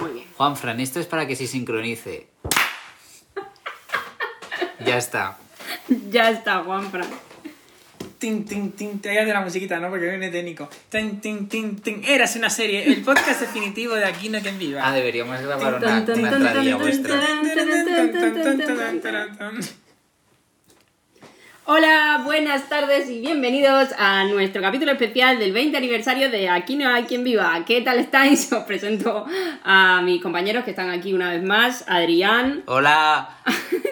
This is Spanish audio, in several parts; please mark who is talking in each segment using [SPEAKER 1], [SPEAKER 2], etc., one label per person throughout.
[SPEAKER 1] Muy bien.
[SPEAKER 2] Juan Fran, esto es para que se sincronice. ya está.
[SPEAKER 1] Ya está, Juanfran.
[SPEAKER 3] Tin, tin, tin. Te de la musiquita, ¿no? Porque viene técnico. Tin, tin, tin, tin. Eras una serie. El podcast definitivo de Aquí no quien viva.
[SPEAKER 2] Ah, deberíamos grabar una,
[SPEAKER 1] Tan, tan,
[SPEAKER 2] una
[SPEAKER 1] tan,
[SPEAKER 2] entradilla
[SPEAKER 1] tan,
[SPEAKER 2] vuestra.
[SPEAKER 1] tan, Hola, buenas tardes y bienvenidos a nuestro capítulo especial del 20 aniversario de Aquí no hay quien viva. ¿Qué tal estáis? Os presento a mis compañeros que están aquí una vez más. Adrián,
[SPEAKER 2] Hola.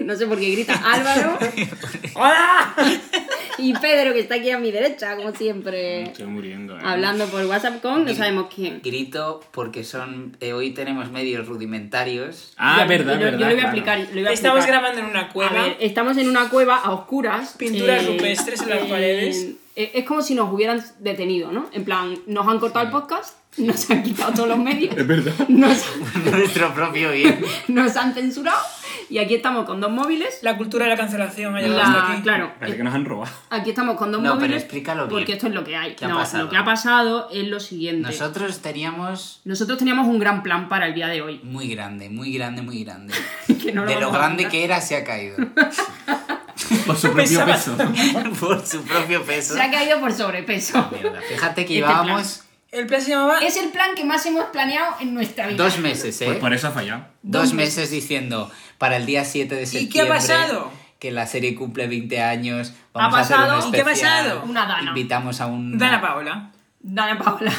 [SPEAKER 1] no sé por qué grita Álvaro,
[SPEAKER 3] ¡Hola!
[SPEAKER 1] y Pedro que está aquí a mi derecha, como siempre.
[SPEAKER 4] Estoy muriendo, eh.
[SPEAKER 1] Hablando por WhatsApp con no sabemos quién.
[SPEAKER 2] Grito porque son eh, hoy tenemos medios rudimentarios.
[SPEAKER 4] Ah,
[SPEAKER 1] Yo-
[SPEAKER 4] verdad,
[SPEAKER 1] yo, lo-
[SPEAKER 4] verdad.
[SPEAKER 1] Yo lo voy a
[SPEAKER 4] claro.
[SPEAKER 1] explicar. lo voy a
[SPEAKER 3] Estamos
[SPEAKER 1] explicar.
[SPEAKER 3] grabando en una
[SPEAKER 1] A
[SPEAKER 3] cueva.
[SPEAKER 1] ver, estamos en una cueva a oscuras.
[SPEAKER 3] Pinturas rupestres en las paredes.
[SPEAKER 1] eh, Es como si nos hubieran detenido, ¿no? En plan, nos han cortado el podcast, nos han quitado todos los medios,
[SPEAKER 4] Es verdad.
[SPEAKER 1] nos,
[SPEAKER 2] Nuestro propio bien.
[SPEAKER 1] nos han censurado y aquí estamos con dos móviles.
[SPEAKER 3] La cultura de la cancelación ha llegado hasta
[SPEAKER 1] La,
[SPEAKER 3] aquí.
[SPEAKER 1] claro,
[SPEAKER 4] Parece que nos han robado.
[SPEAKER 1] aquí estamos con dos
[SPEAKER 2] No, pero
[SPEAKER 1] móviles.
[SPEAKER 2] explícalo bien.
[SPEAKER 1] Porque esto es lo que hay.
[SPEAKER 2] ¿Qué ha
[SPEAKER 1] No,
[SPEAKER 2] pasado?
[SPEAKER 1] lo que ha pasado es lo siguiente.
[SPEAKER 2] Nosotros teníamos
[SPEAKER 1] Nosotros teníamos un gran plan para el día de hoy.
[SPEAKER 2] muy grande, muy grande, muy grande.
[SPEAKER 1] Que no lo
[SPEAKER 2] de lo
[SPEAKER 1] vamos a
[SPEAKER 2] grande
[SPEAKER 1] contar.
[SPEAKER 2] que era se ha caído.
[SPEAKER 4] Por su propio
[SPEAKER 3] Pensaba-
[SPEAKER 4] peso.
[SPEAKER 2] Por su propio peso.
[SPEAKER 1] Se ha caído por sobrepeso.
[SPEAKER 2] Mierda, Fíjate que
[SPEAKER 1] Este
[SPEAKER 2] llevábamos
[SPEAKER 3] El plan se llamaba
[SPEAKER 1] Es el plan que más hemos planeado en nuestra vida.
[SPEAKER 2] dos meses, ¿eh?
[SPEAKER 4] Pues por eso ha fallado.
[SPEAKER 2] Dos meses diciendo para el día 7 de septiembre.
[SPEAKER 3] qué ha pasado?
[SPEAKER 2] Que la serie cumple 20 años. Vamos a hacer
[SPEAKER 1] pasado?
[SPEAKER 2] un
[SPEAKER 1] ¿Y qué ha
[SPEAKER 2] especial,
[SPEAKER 3] pasado?
[SPEAKER 1] Una dana.
[SPEAKER 2] Invitamos a un.
[SPEAKER 3] Dana Paola.
[SPEAKER 1] Dana Paola.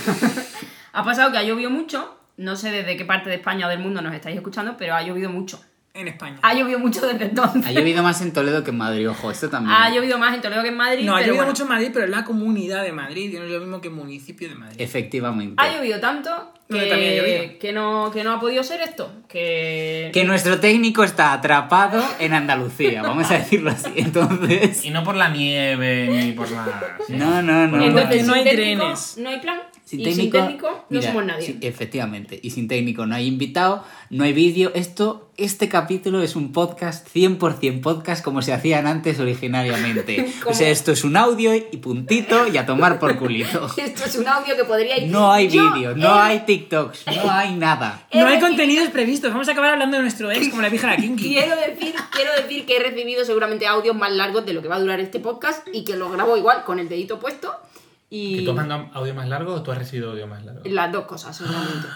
[SPEAKER 1] ha pasado que ha llovido mucho. No sé desde qué parte de España o del mundo nos estáis escuchando, pero ha llovido mucho.
[SPEAKER 3] En España.
[SPEAKER 1] Ha llovido mucho desde
[SPEAKER 2] Ha
[SPEAKER 1] entonces.
[SPEAKER 2] llovido más en Toledo que en Madrid, ojo, esto también.
[SPEAKER 1] Ha llovido más en Toledo que en Madrid.
[SPEAKER 3] No, ha
[SPEAKER 1] pero
[SPEAKER 3] llovido
[SPEAKER 1] bueno,
[SPEAKER 3] mucho en Madrid, pero es la comunidad de Madrid. y No es lo mismo que municipio de Madrid.
[SPEAKER 2] Efectivamente.
[SPEAKER 1] Ha llovido tanto
[SPEAKER 3] Donde también ha
[SPEAKER 1] que,
[SPEAKER 3] llovido.
[SPEAKER 1] que, no, que no ha podido ser esto. Que...
[SPEAKER 2] Que nuestro técnico está atrapado en Andalucía, vamos a decirlo así. Entonces.
[SPEAKER 4] Y no por la nieve, ni por la...
[SPEAKER 2] No, no, no.
[SPEAKER 3] Entonces,
[SPEAKER 1] sin
[SPEAKER 3] no hay
[SPEAKER 1] técnico,
[SPEAKER 3] trenes.
[SPEAKER 1] No hay plan. y sin técnico no
[SPEAKER 2] mira,
[SPEAKER 1] somos nadie.
[SPEAKER 2] sí, efectivamente. Y sin técnico no hay invitado, no hay vídeo. Esto, este capítulo es un podcast 100% podcast como se hacían antes originariamente. o
[SPEAKER 1] Como-
[SPEAKER 2] sea, esto es un audio y puntito y a tomar por culito.
[SPEAKER 1] Esto es un audio que podríais...
[SPEAKER 2] No hay
[SPEAKER 1] Yo
[SPEAKER 2] vídeo,
[SPEAKER 1] he-
[SPEAKER 2] no hay TikToks, no hay nada.
[SPEAKER 1] he
[SPEAKER 3] No hay
[SPEAKER 1] recibido-
[SPEAKER 3] contenidos previstos. Vamos a acabar hablando de nuestro ex, como la pija de la Kinky.
[SPEAKER 1] Quiero decir, quiero decir que he recibido seguramente audios más largos de lo que va a durar este podcast y que lo grabo igual con el dedito puesto
[SPEAKER 5] ¿Que
[SPEAKER 1] y
[SPEAKER 5] tú has mandado audio más largo o tú has recibido audio más largo?
[SPEAKER 1] las dos cosas seguramente.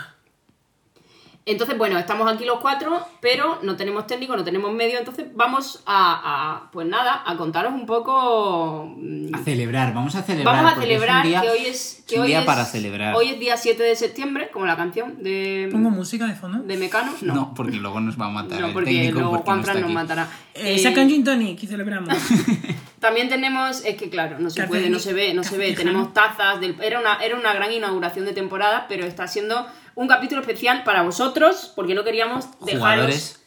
[SPEAKER 1] Entonces, bueno, estamos aquí los cuatro, pero no tenemos técnico, no tenemos medio, entonces vamos a, a, pues nada, a contaros un poco... mm,
[SPEAKER 2] A celebrar, vamos a celebrar.
[SPEAKER 1] Vamos a
[SPEAKER 2] porque es un
[SPEAKER 1] celebrar
[SPEAKER 2] día-
[SPEAKER 1] que hoy es... Que
[SPEAKER 2] un
[SPEAKER 1] hoy
[SPEAKER 2] día
[SPEAKER 1] es-
[SPEAKER 2] para celebrar.
[SPEAKER 1] Hoy es día 7 de septiembre, como la canción de,
[SPEAKER 3] ¿Pongo música de fondo?
[SPEAKER 1] de Mecano.
[SPEAKER 2] no.
[SPEAKER 1] No, no,
[SPEAKER 2] porque luego nos va a matar. el
[SPEAKER 1] porque
[SPEAKER 2] técnico
[SPEAKER 1] luego
[SPEAKER 2] porque no
[SPEAKER 1] Juanfran
[SPEAKER 2] está
[SPEAKER 1] nos
[SPEAKER 2] aquí.
[SPEAKER 1] matará.
[SPEAKER 3] Eh,
[SPEAKER 1] Eh,
[SPEAKER 3] saca un gin tonic y celebramos.
[SPEAKER 2] Ah,
[SPEAKER 1] También tenemos, es que claro, no se
[SPEAKER 3] Café
[SPEAKER 1] puede, no
[SPEAKER 3] de-
[SPEAKER 1] se ve, no
[SPEAKER 3] café
[SPEAKER 1] se ve.
[SPEAKER 3] tejano.
[SPEAKER 1] Tenemos tazas, del, era, una, era una gran inauguración de temporada, pero está siendo un capítulo especial para vosotros, porque no queríamos dejaros...
[SPEAKER 2] Jugadores.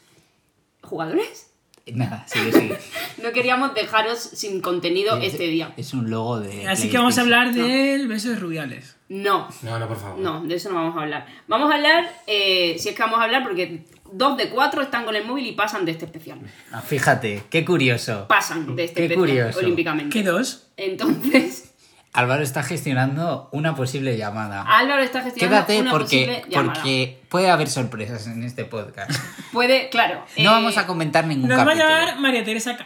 [SPEAKER 1] ¿Jugadores?
[SPEAKER 2] Nada, sigue, sigue.
[SPEAKER 1] No queríamos dejaros sin contenido
[SPEAKER 2] Es-
[SPEAKER 1] este día.
[SPEAKER 2] Es un logo de.
[SPEAKER 3] Así que vamos a
[SPEAKER 2] PlayStation.
[SPEAKER 3] hablar del beso de Rubiales.
[SPEAKER 1] No,
[SPEAKER 5] No, no, por favor.
[SPEAKER 1] no, de eso no vamos a hablar. Vamos a hablar, eh, si es que vamos a hablar, porque dos de cuatro están con el móvil y pasan de este especial.
[SPEAKER 2] Ah, fíjate, qué curioso.
[SPEAKER 1] Pasan de este
[SPEAKER 2] Qué
[SPEAKER 1] especial
[SPEAKER 2] curioso.
[SPEAKER 3] ¿Qué
[SPEAKER 1] olímpicamente.
[SPEAKER 3] dos?
[SPEAKER 1] Entonces,
[SPEAKER 2] Álvaro está gestionando una posible llamada.
[SPEAKER 1] Álvaro está Ah, gestionando
[SPEAKER 2] Quédate
[SPEAKER 1] una
[SPEAKER 2] porque,
[SPEAKER 1] posible llamada.
[SPEAKER 2] porque puede haber sorpresas en este podcast.
[SPEAKER 1] Puede, claro. eh,
[SPEAKER 2] No vamos a comentar ningún
[SPEAKER 3] Nos va a
[SPEAKER 2] capítulo.
[SPEAKER 3] llamar María Teresa K.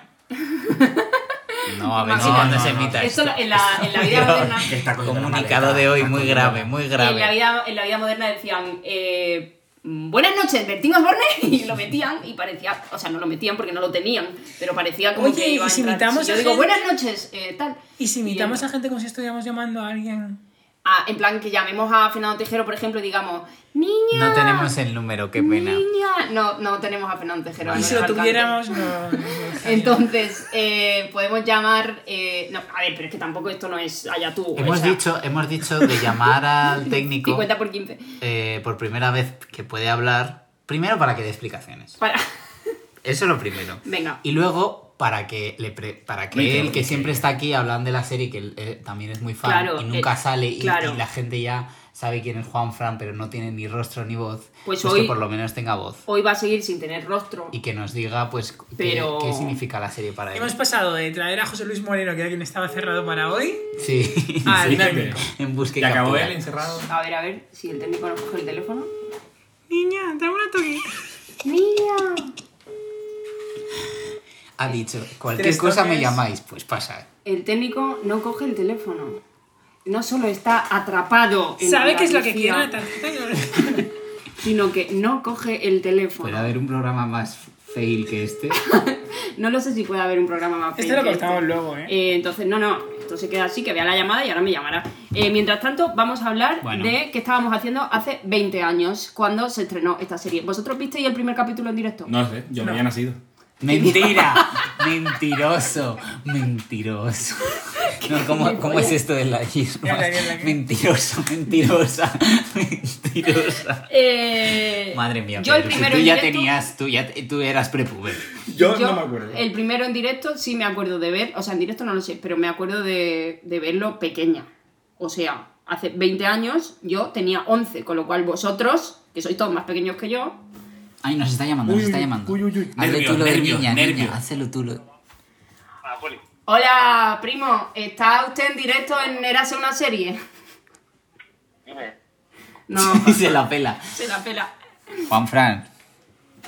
[SPEAKER 2] No, a ver si
[SPEAKER 1] Imagínate.
[SPEAKER 2] cuando
[SPEAKER 1] No,
[SPEAKER 2] se
[SPEAKER 5] no, no.
[SPEAKER 2] emita
[SPEAKER 1] Esto
[SPEAKER 2] esto.
[SPEAKER 1] la- en la, en la vida moderna.
[SPEAKER 5] Que está cogiendo la
[SPEAKER 2] Comunicado
[SPEAKER 5] maleta,
[SPEAKER 2] de hoy
[SPEAKER 5] está
[SPEAKER 2] muy
[SPEAKER 5] cogiendo
[SPEAKER 2] grave,
[SPEAKER 5] la-
[SPEAKER 2] muy
[SPEAKER 1] En la,
[SPEAKER 2] grave.
[SPEAKER 1] vida, en la vida moderna decían. eh, Buenas noches, Bertín Osborne, y lo metían y parecía, o sea, no lo metían porque no lo tenían, pero parecía como
[SPEAKER 3] Oye,
[SPEAKER 1] que iba
[SPEAKER 3] ¿y si
[SPEAKER 1] a entrar.
[SPEAKER 3] imitamos
[SPEAKER 1] yo
[SPEAKER 3] a
[SPEAKER 1] digo,
[SPEAKER 3] gente?
[SPEAKER 1] buenas noches, eh, tal.
[SPEAKER 3] Y si imitamos a gente como si estuviéramos llamando a alguien.
[SPEAKER 1] Ah, en plan, que llamemos a Fernando Tejero, por ejemplo, y digamos, niña.
[SPEAKER 2] No tenemos el número, qué pena.
[SPEAKER 1] Niña. No, no tenemos a Fernando Tejero. a
[SPEAKER 3] Y si lo
[SPEAKER 1] nuestro alcalde.
[SPEAKER 3] tuviéramos, no. no estaría.
[SPEAKER 1] Entonces, eh, podemos llamar. eh, no, a ver, pero es que tampoco esto no es allá tú. o
[SPEAKER 2] Hemos
[SPEAKER 1] sea,
[SPEAKER 2] dicho, hemos dicho de llamar al técnico
[SPEAKER 1] 50 por 15.
[SPEAKER 2] eh, por primera vez que puede hablar. Primero para que dé explicaciones.
[SPEAKER 1] Para.
[SPEAKER 2] Eso es lo primero.
[SPEAKER 1] Venga.
[SPEAKER 2] Y luego, para que, le pre- para que
[SPEAKER 4] Micro,
[SPEAKER 2] él, que
[SPEAKER 4] micro.
[SPEAKER 2] siempre está aquí hablando de la serie, que él, eh, también es muy fan
[SPEAKER 1] Claro,
[SPEAKER 2] y nunca
[SPEAKER 1] eh,
[SPEAKER 2] sale, y,
[SPEAKER 1] claro.
[SPEAKER 2] y la gente ya sabe quién es Juan Fran, pero no tiene ni rostro ni voz,
[SPEAKER 1] Pues
[SPEAKER 2] pues,
[SPEAKER 1] hoy-
[SPEAKER 2] que por lo menos tenga voz.
[SPEAKER 1] Hoy va a seguir sin tener rostro.
[SPEAKER 2] Y que nos diga, pues, qué-
[SPEAKER 1] Pero-
[SPEAKER 2] qué, significa la serie para él.
[SPEAKER 3] Hemos pasado de traer a José Luis Moreno, que era quien estaba cerrado para hoy,
[SPEAKER 2] Sí.
[SPEAKER 1] Ah,
[SPEAKER 3] al
[SPEAKER 4] Imagínate.
[SPEAKER 3] técnico.
[SPEAKER 2] en busca y
[SPEAKER 4] Y acabó
[SPEAKER 2] captura.
[SPEAKER 4] él encerrado.
[SPEAKER 1] A ver, a ver, si el técnico nos coge el teléfono.
[SPEAKER 3] Niña, dame
[SPEAKER 2] ha dicho, cualquier
[SPEAKER 3] Tres
[SPEAKER 2] cosa me
[SPEAKER 3] toques.
[SPEAKER 2] llamáis, pues pasa.
[SPEAKER 1] El técnico no coge el teléfono. No solo está atrapado en
[SPEAKER 3] ¿Sabe
[SPEAKER 1] la
[SPEAKER 3] qué es lo que
[SPEAKER 1] lucía,
[SPEAKER 3] quiero? Nathan?
[SPEAKER 1] Sino que no coge
[SPEAKER 2] Puede
[SPEAKER 1] el teléfono.
[SPEAKER 2] haber un programa más fail que este.
[SPEAKER 1] No lo sé si puede haber un programa más
[SPEAKER 3] Esto
[SPEAKER 1] fake
[SPEAKER 3] lo
[SPEAKER 1] que
[SPEAKER 3] cortamos luego, ¿eh?
[SPEAKER 1] Entonces, no, no. Esto se queda así, que vea la llamada y ahora me llamará. Eh, mientras tanto, vamos a hablar
[SPEAKER 2] Bueno.
[SPEAKER 1] de qué estábamos haciendo hace 20 años, cuando se estrenó esta serie. ¿Vosotros visteis el primer capítulo en directo?
[SPEAKER 4] No sé, yo no había nacido.
[SPEAKER 2] Mentira, mentiroso, mentiroso. No, ¿cómo, cómo es esto de la
[SPEAKER 3] Ya, ya, ya, ya.
[SPEAKER 2] Mentiroso, mentirosa, mentirosa.
[SPEAKER 1] Eh,
[SPEAKER 2] Madre mía,
[SPEAKER 1] yo el
[SPEAKER 2] Pedro, si
[SPEAKER 1] primero
[SPEAKER 2] tú
[SPEAKER 1] en ¿eh?
[SPEAKER 2] ya
[SPEAKER 1] directo-
[SPEAKER 2] tenías, tú ya te- tú eras prepuber.
[SPEAKER 1] Yo, El primero en directo sí me acuerdo de ver, o sea, en directo no lo sé, pero me acuerdo de, de verlo pequeña. O sea, hace 20 años yo tenía 11, con lo cual vosotros, que sois todos más pequeños que yo,
[SPEAKER 2] Ay, nos está llamando, nos está llamando.
[SPEAKER 4] uy, uy.
[SPEAKER 2] Hazlo
[SPEAKER 4] Nervios,
[SPEAKER 2] tú lo de
[SPEAKER 4] nervios,
[SPEAKER 2] niña,
[SPEAKER 4] nervios.
[SPEAKER 2] niña, hazlo tú lo.
[SPEAKER 6] Ah, Poli.
[SPEAKER 1] Hola, primo, ¿está usted en directo en Érase una serie?
[SPEAKER 6] Dime,
[SPEAKER 1] No,
[SPEAKER 2] Y se la pela.
[SPEAKER 1] se la pela.
[SPEAKER 2] Juan Fran,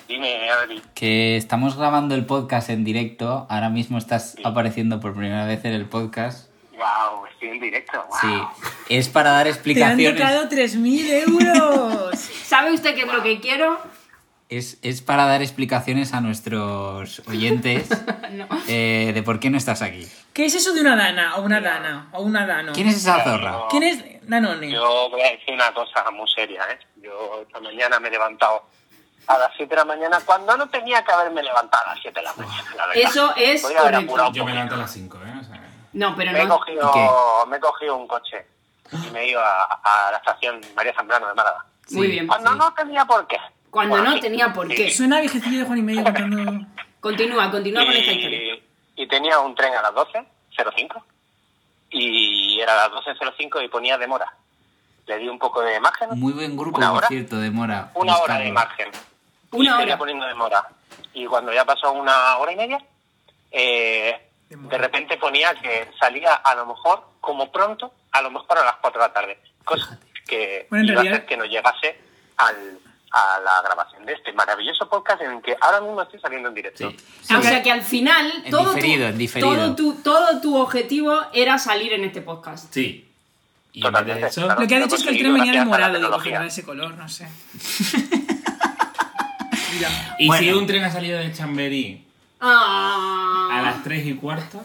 [SPEAKER 6] dime, Adri.
[SPEAKER 2] que estamos grabando el podcast en directo. Ahora mismo estás apareciendo por primera vez en el podcast.
[SPEAKER 6] Wow, estoy en directo. Wow.
[SPEAKER 2] Sí, es para dar
[SPEAKER 3] Te han
[SPEAKER 2] explicaciones.
[SPEAKER 3] tocado 3.000 euros.
[SPEAKER 1] ¿Sabe usted qué es lo que quiero?
[SPEAKER 2] Es, es para dar explicaciones a nuestros oyentes
[SPEAKER 1] No.
[SPEAKER 2] eh, de por qué no estás aquí.
[SPEAKER 3] ¿Qué es eso de una dana o una dana o una dano?
[SPEAKER 2] ¿Quién es esa zorra?
[SPEAKER 3] ¿Quién es Danone?
[SPEAKER 6] Yo voy a decir una cosa muy seria, ¿eh? Yo esta mañana me he levantado a las 7 de la mañana cuando no tenía que haberme levantado a las 7 de la mañana, la verdad.
[SPEAKER 1] Eso es
[SPEAKER 6] Podría haber
[SPEAKER 1] correcto.
[SPEAKER 6] apurado un
[SPEAKER 4] Yo me levanto a
[SPEAKER 6] poquito.
[SPEAKER 4] las 5, ¿eh? O sea,
[SPEAKER 1] No, pero
[SPEAKER 6] me he,
[SPEAKER 1] no.
[SPEAKER 6] cogido, me he cogido un coche y me he ido a, a la estación María Zambrano de Málaga.
[SPEAKER 1] Muy
[SPEAKER 2] Sí.
[SPEAKER 1] bien.
[SPEAKER 6] Cuando no tenía por qué.
[SPEAKER 1] Cuando
[SPEAKER 6] Bueno,
[SPEAKER 1] no
[SPEAKER 6] sí.
[SPEAKER 1] tenía por qué.
[SPEAKER 3] Suena viejecillo de Juan y medio contando.
[SPEAKER 1] Continúa, continúa con esta historia.
[SPEAKER 6] y, y tenía un tren a las 12.05 y era a las 12.05 y ponía demora. Le di un poco de margen,
[SPEAKER 2] Muy buen grupo,
[SPEAKER 6] ¿Una
[SPEAKER 2] por
[SPEAKER 6] hora?
[SPEAKER 2] cierto, de Mora.
[SPEAKER 6] una hora
[SPEAKER 2] Buscadlo.
[SPEAKER 6] de margen. y
[SPEAKER 1] Una
[SPEAKER 6] seguía
[SPEAKER 1] hora.
[SPEAKER 6] poniendo demora. Y cuando ya pasó una hora y media, eh, de repente ponía que salía a lo mejor, como pronto, a lo mejor a las 4 de la tarde. Cosa que
[SPEAKER 3] Bueno, en
[SPEAKER 6] iba a
[SPEAKER 3] realidad-
[SPEAKER 6] hacer que no llegase al- a la grabación de este maravilloso podcast en el que ahora mismo estoy saliendo en directo.
[SPEAKER 2] Sí.
[SPEAKER 1] Ah, O sea que al final
[SPEAKER 2] En
[SPEAKER 1] todo,
[SPEAKER 2] diferido,
[SPEAKER 1] tu,
[SPEAKER 2] en diferido.
[SPEAKER 1] Todo, tu, todo tu objetivo era salir en este podcast.
[SPEAKER 4] sí. Y
[SPEAKER 6] Totalmente,
[SPEAKER 4] de hecho,
[SPEAKER 6] claro.
[SPEAKER 3] Lo que ha
[SPEAKER 6] Lo
[SPEAKER 3] dicho es que el tren
[SPEAKER 6] conseguimos
[SPEAKER 3] venía
[SPEAKER 6] gracias a
[SPEAKER 3] enamorado,
[SPEAKER 6] la
[SPEAKER 3] digo,
[SPEAKER 6] tecnología.
[SPEAKER 3] que era ese color, no sé. Mira,
[SPEAKER 4] y si
[SPEAKER 2] Bueno.
[SPEAKER 4] un tren ha salido de Chamberí a
[SPEAKER 1] Ah,
[SPEAKER 4] las 3 y cuarto,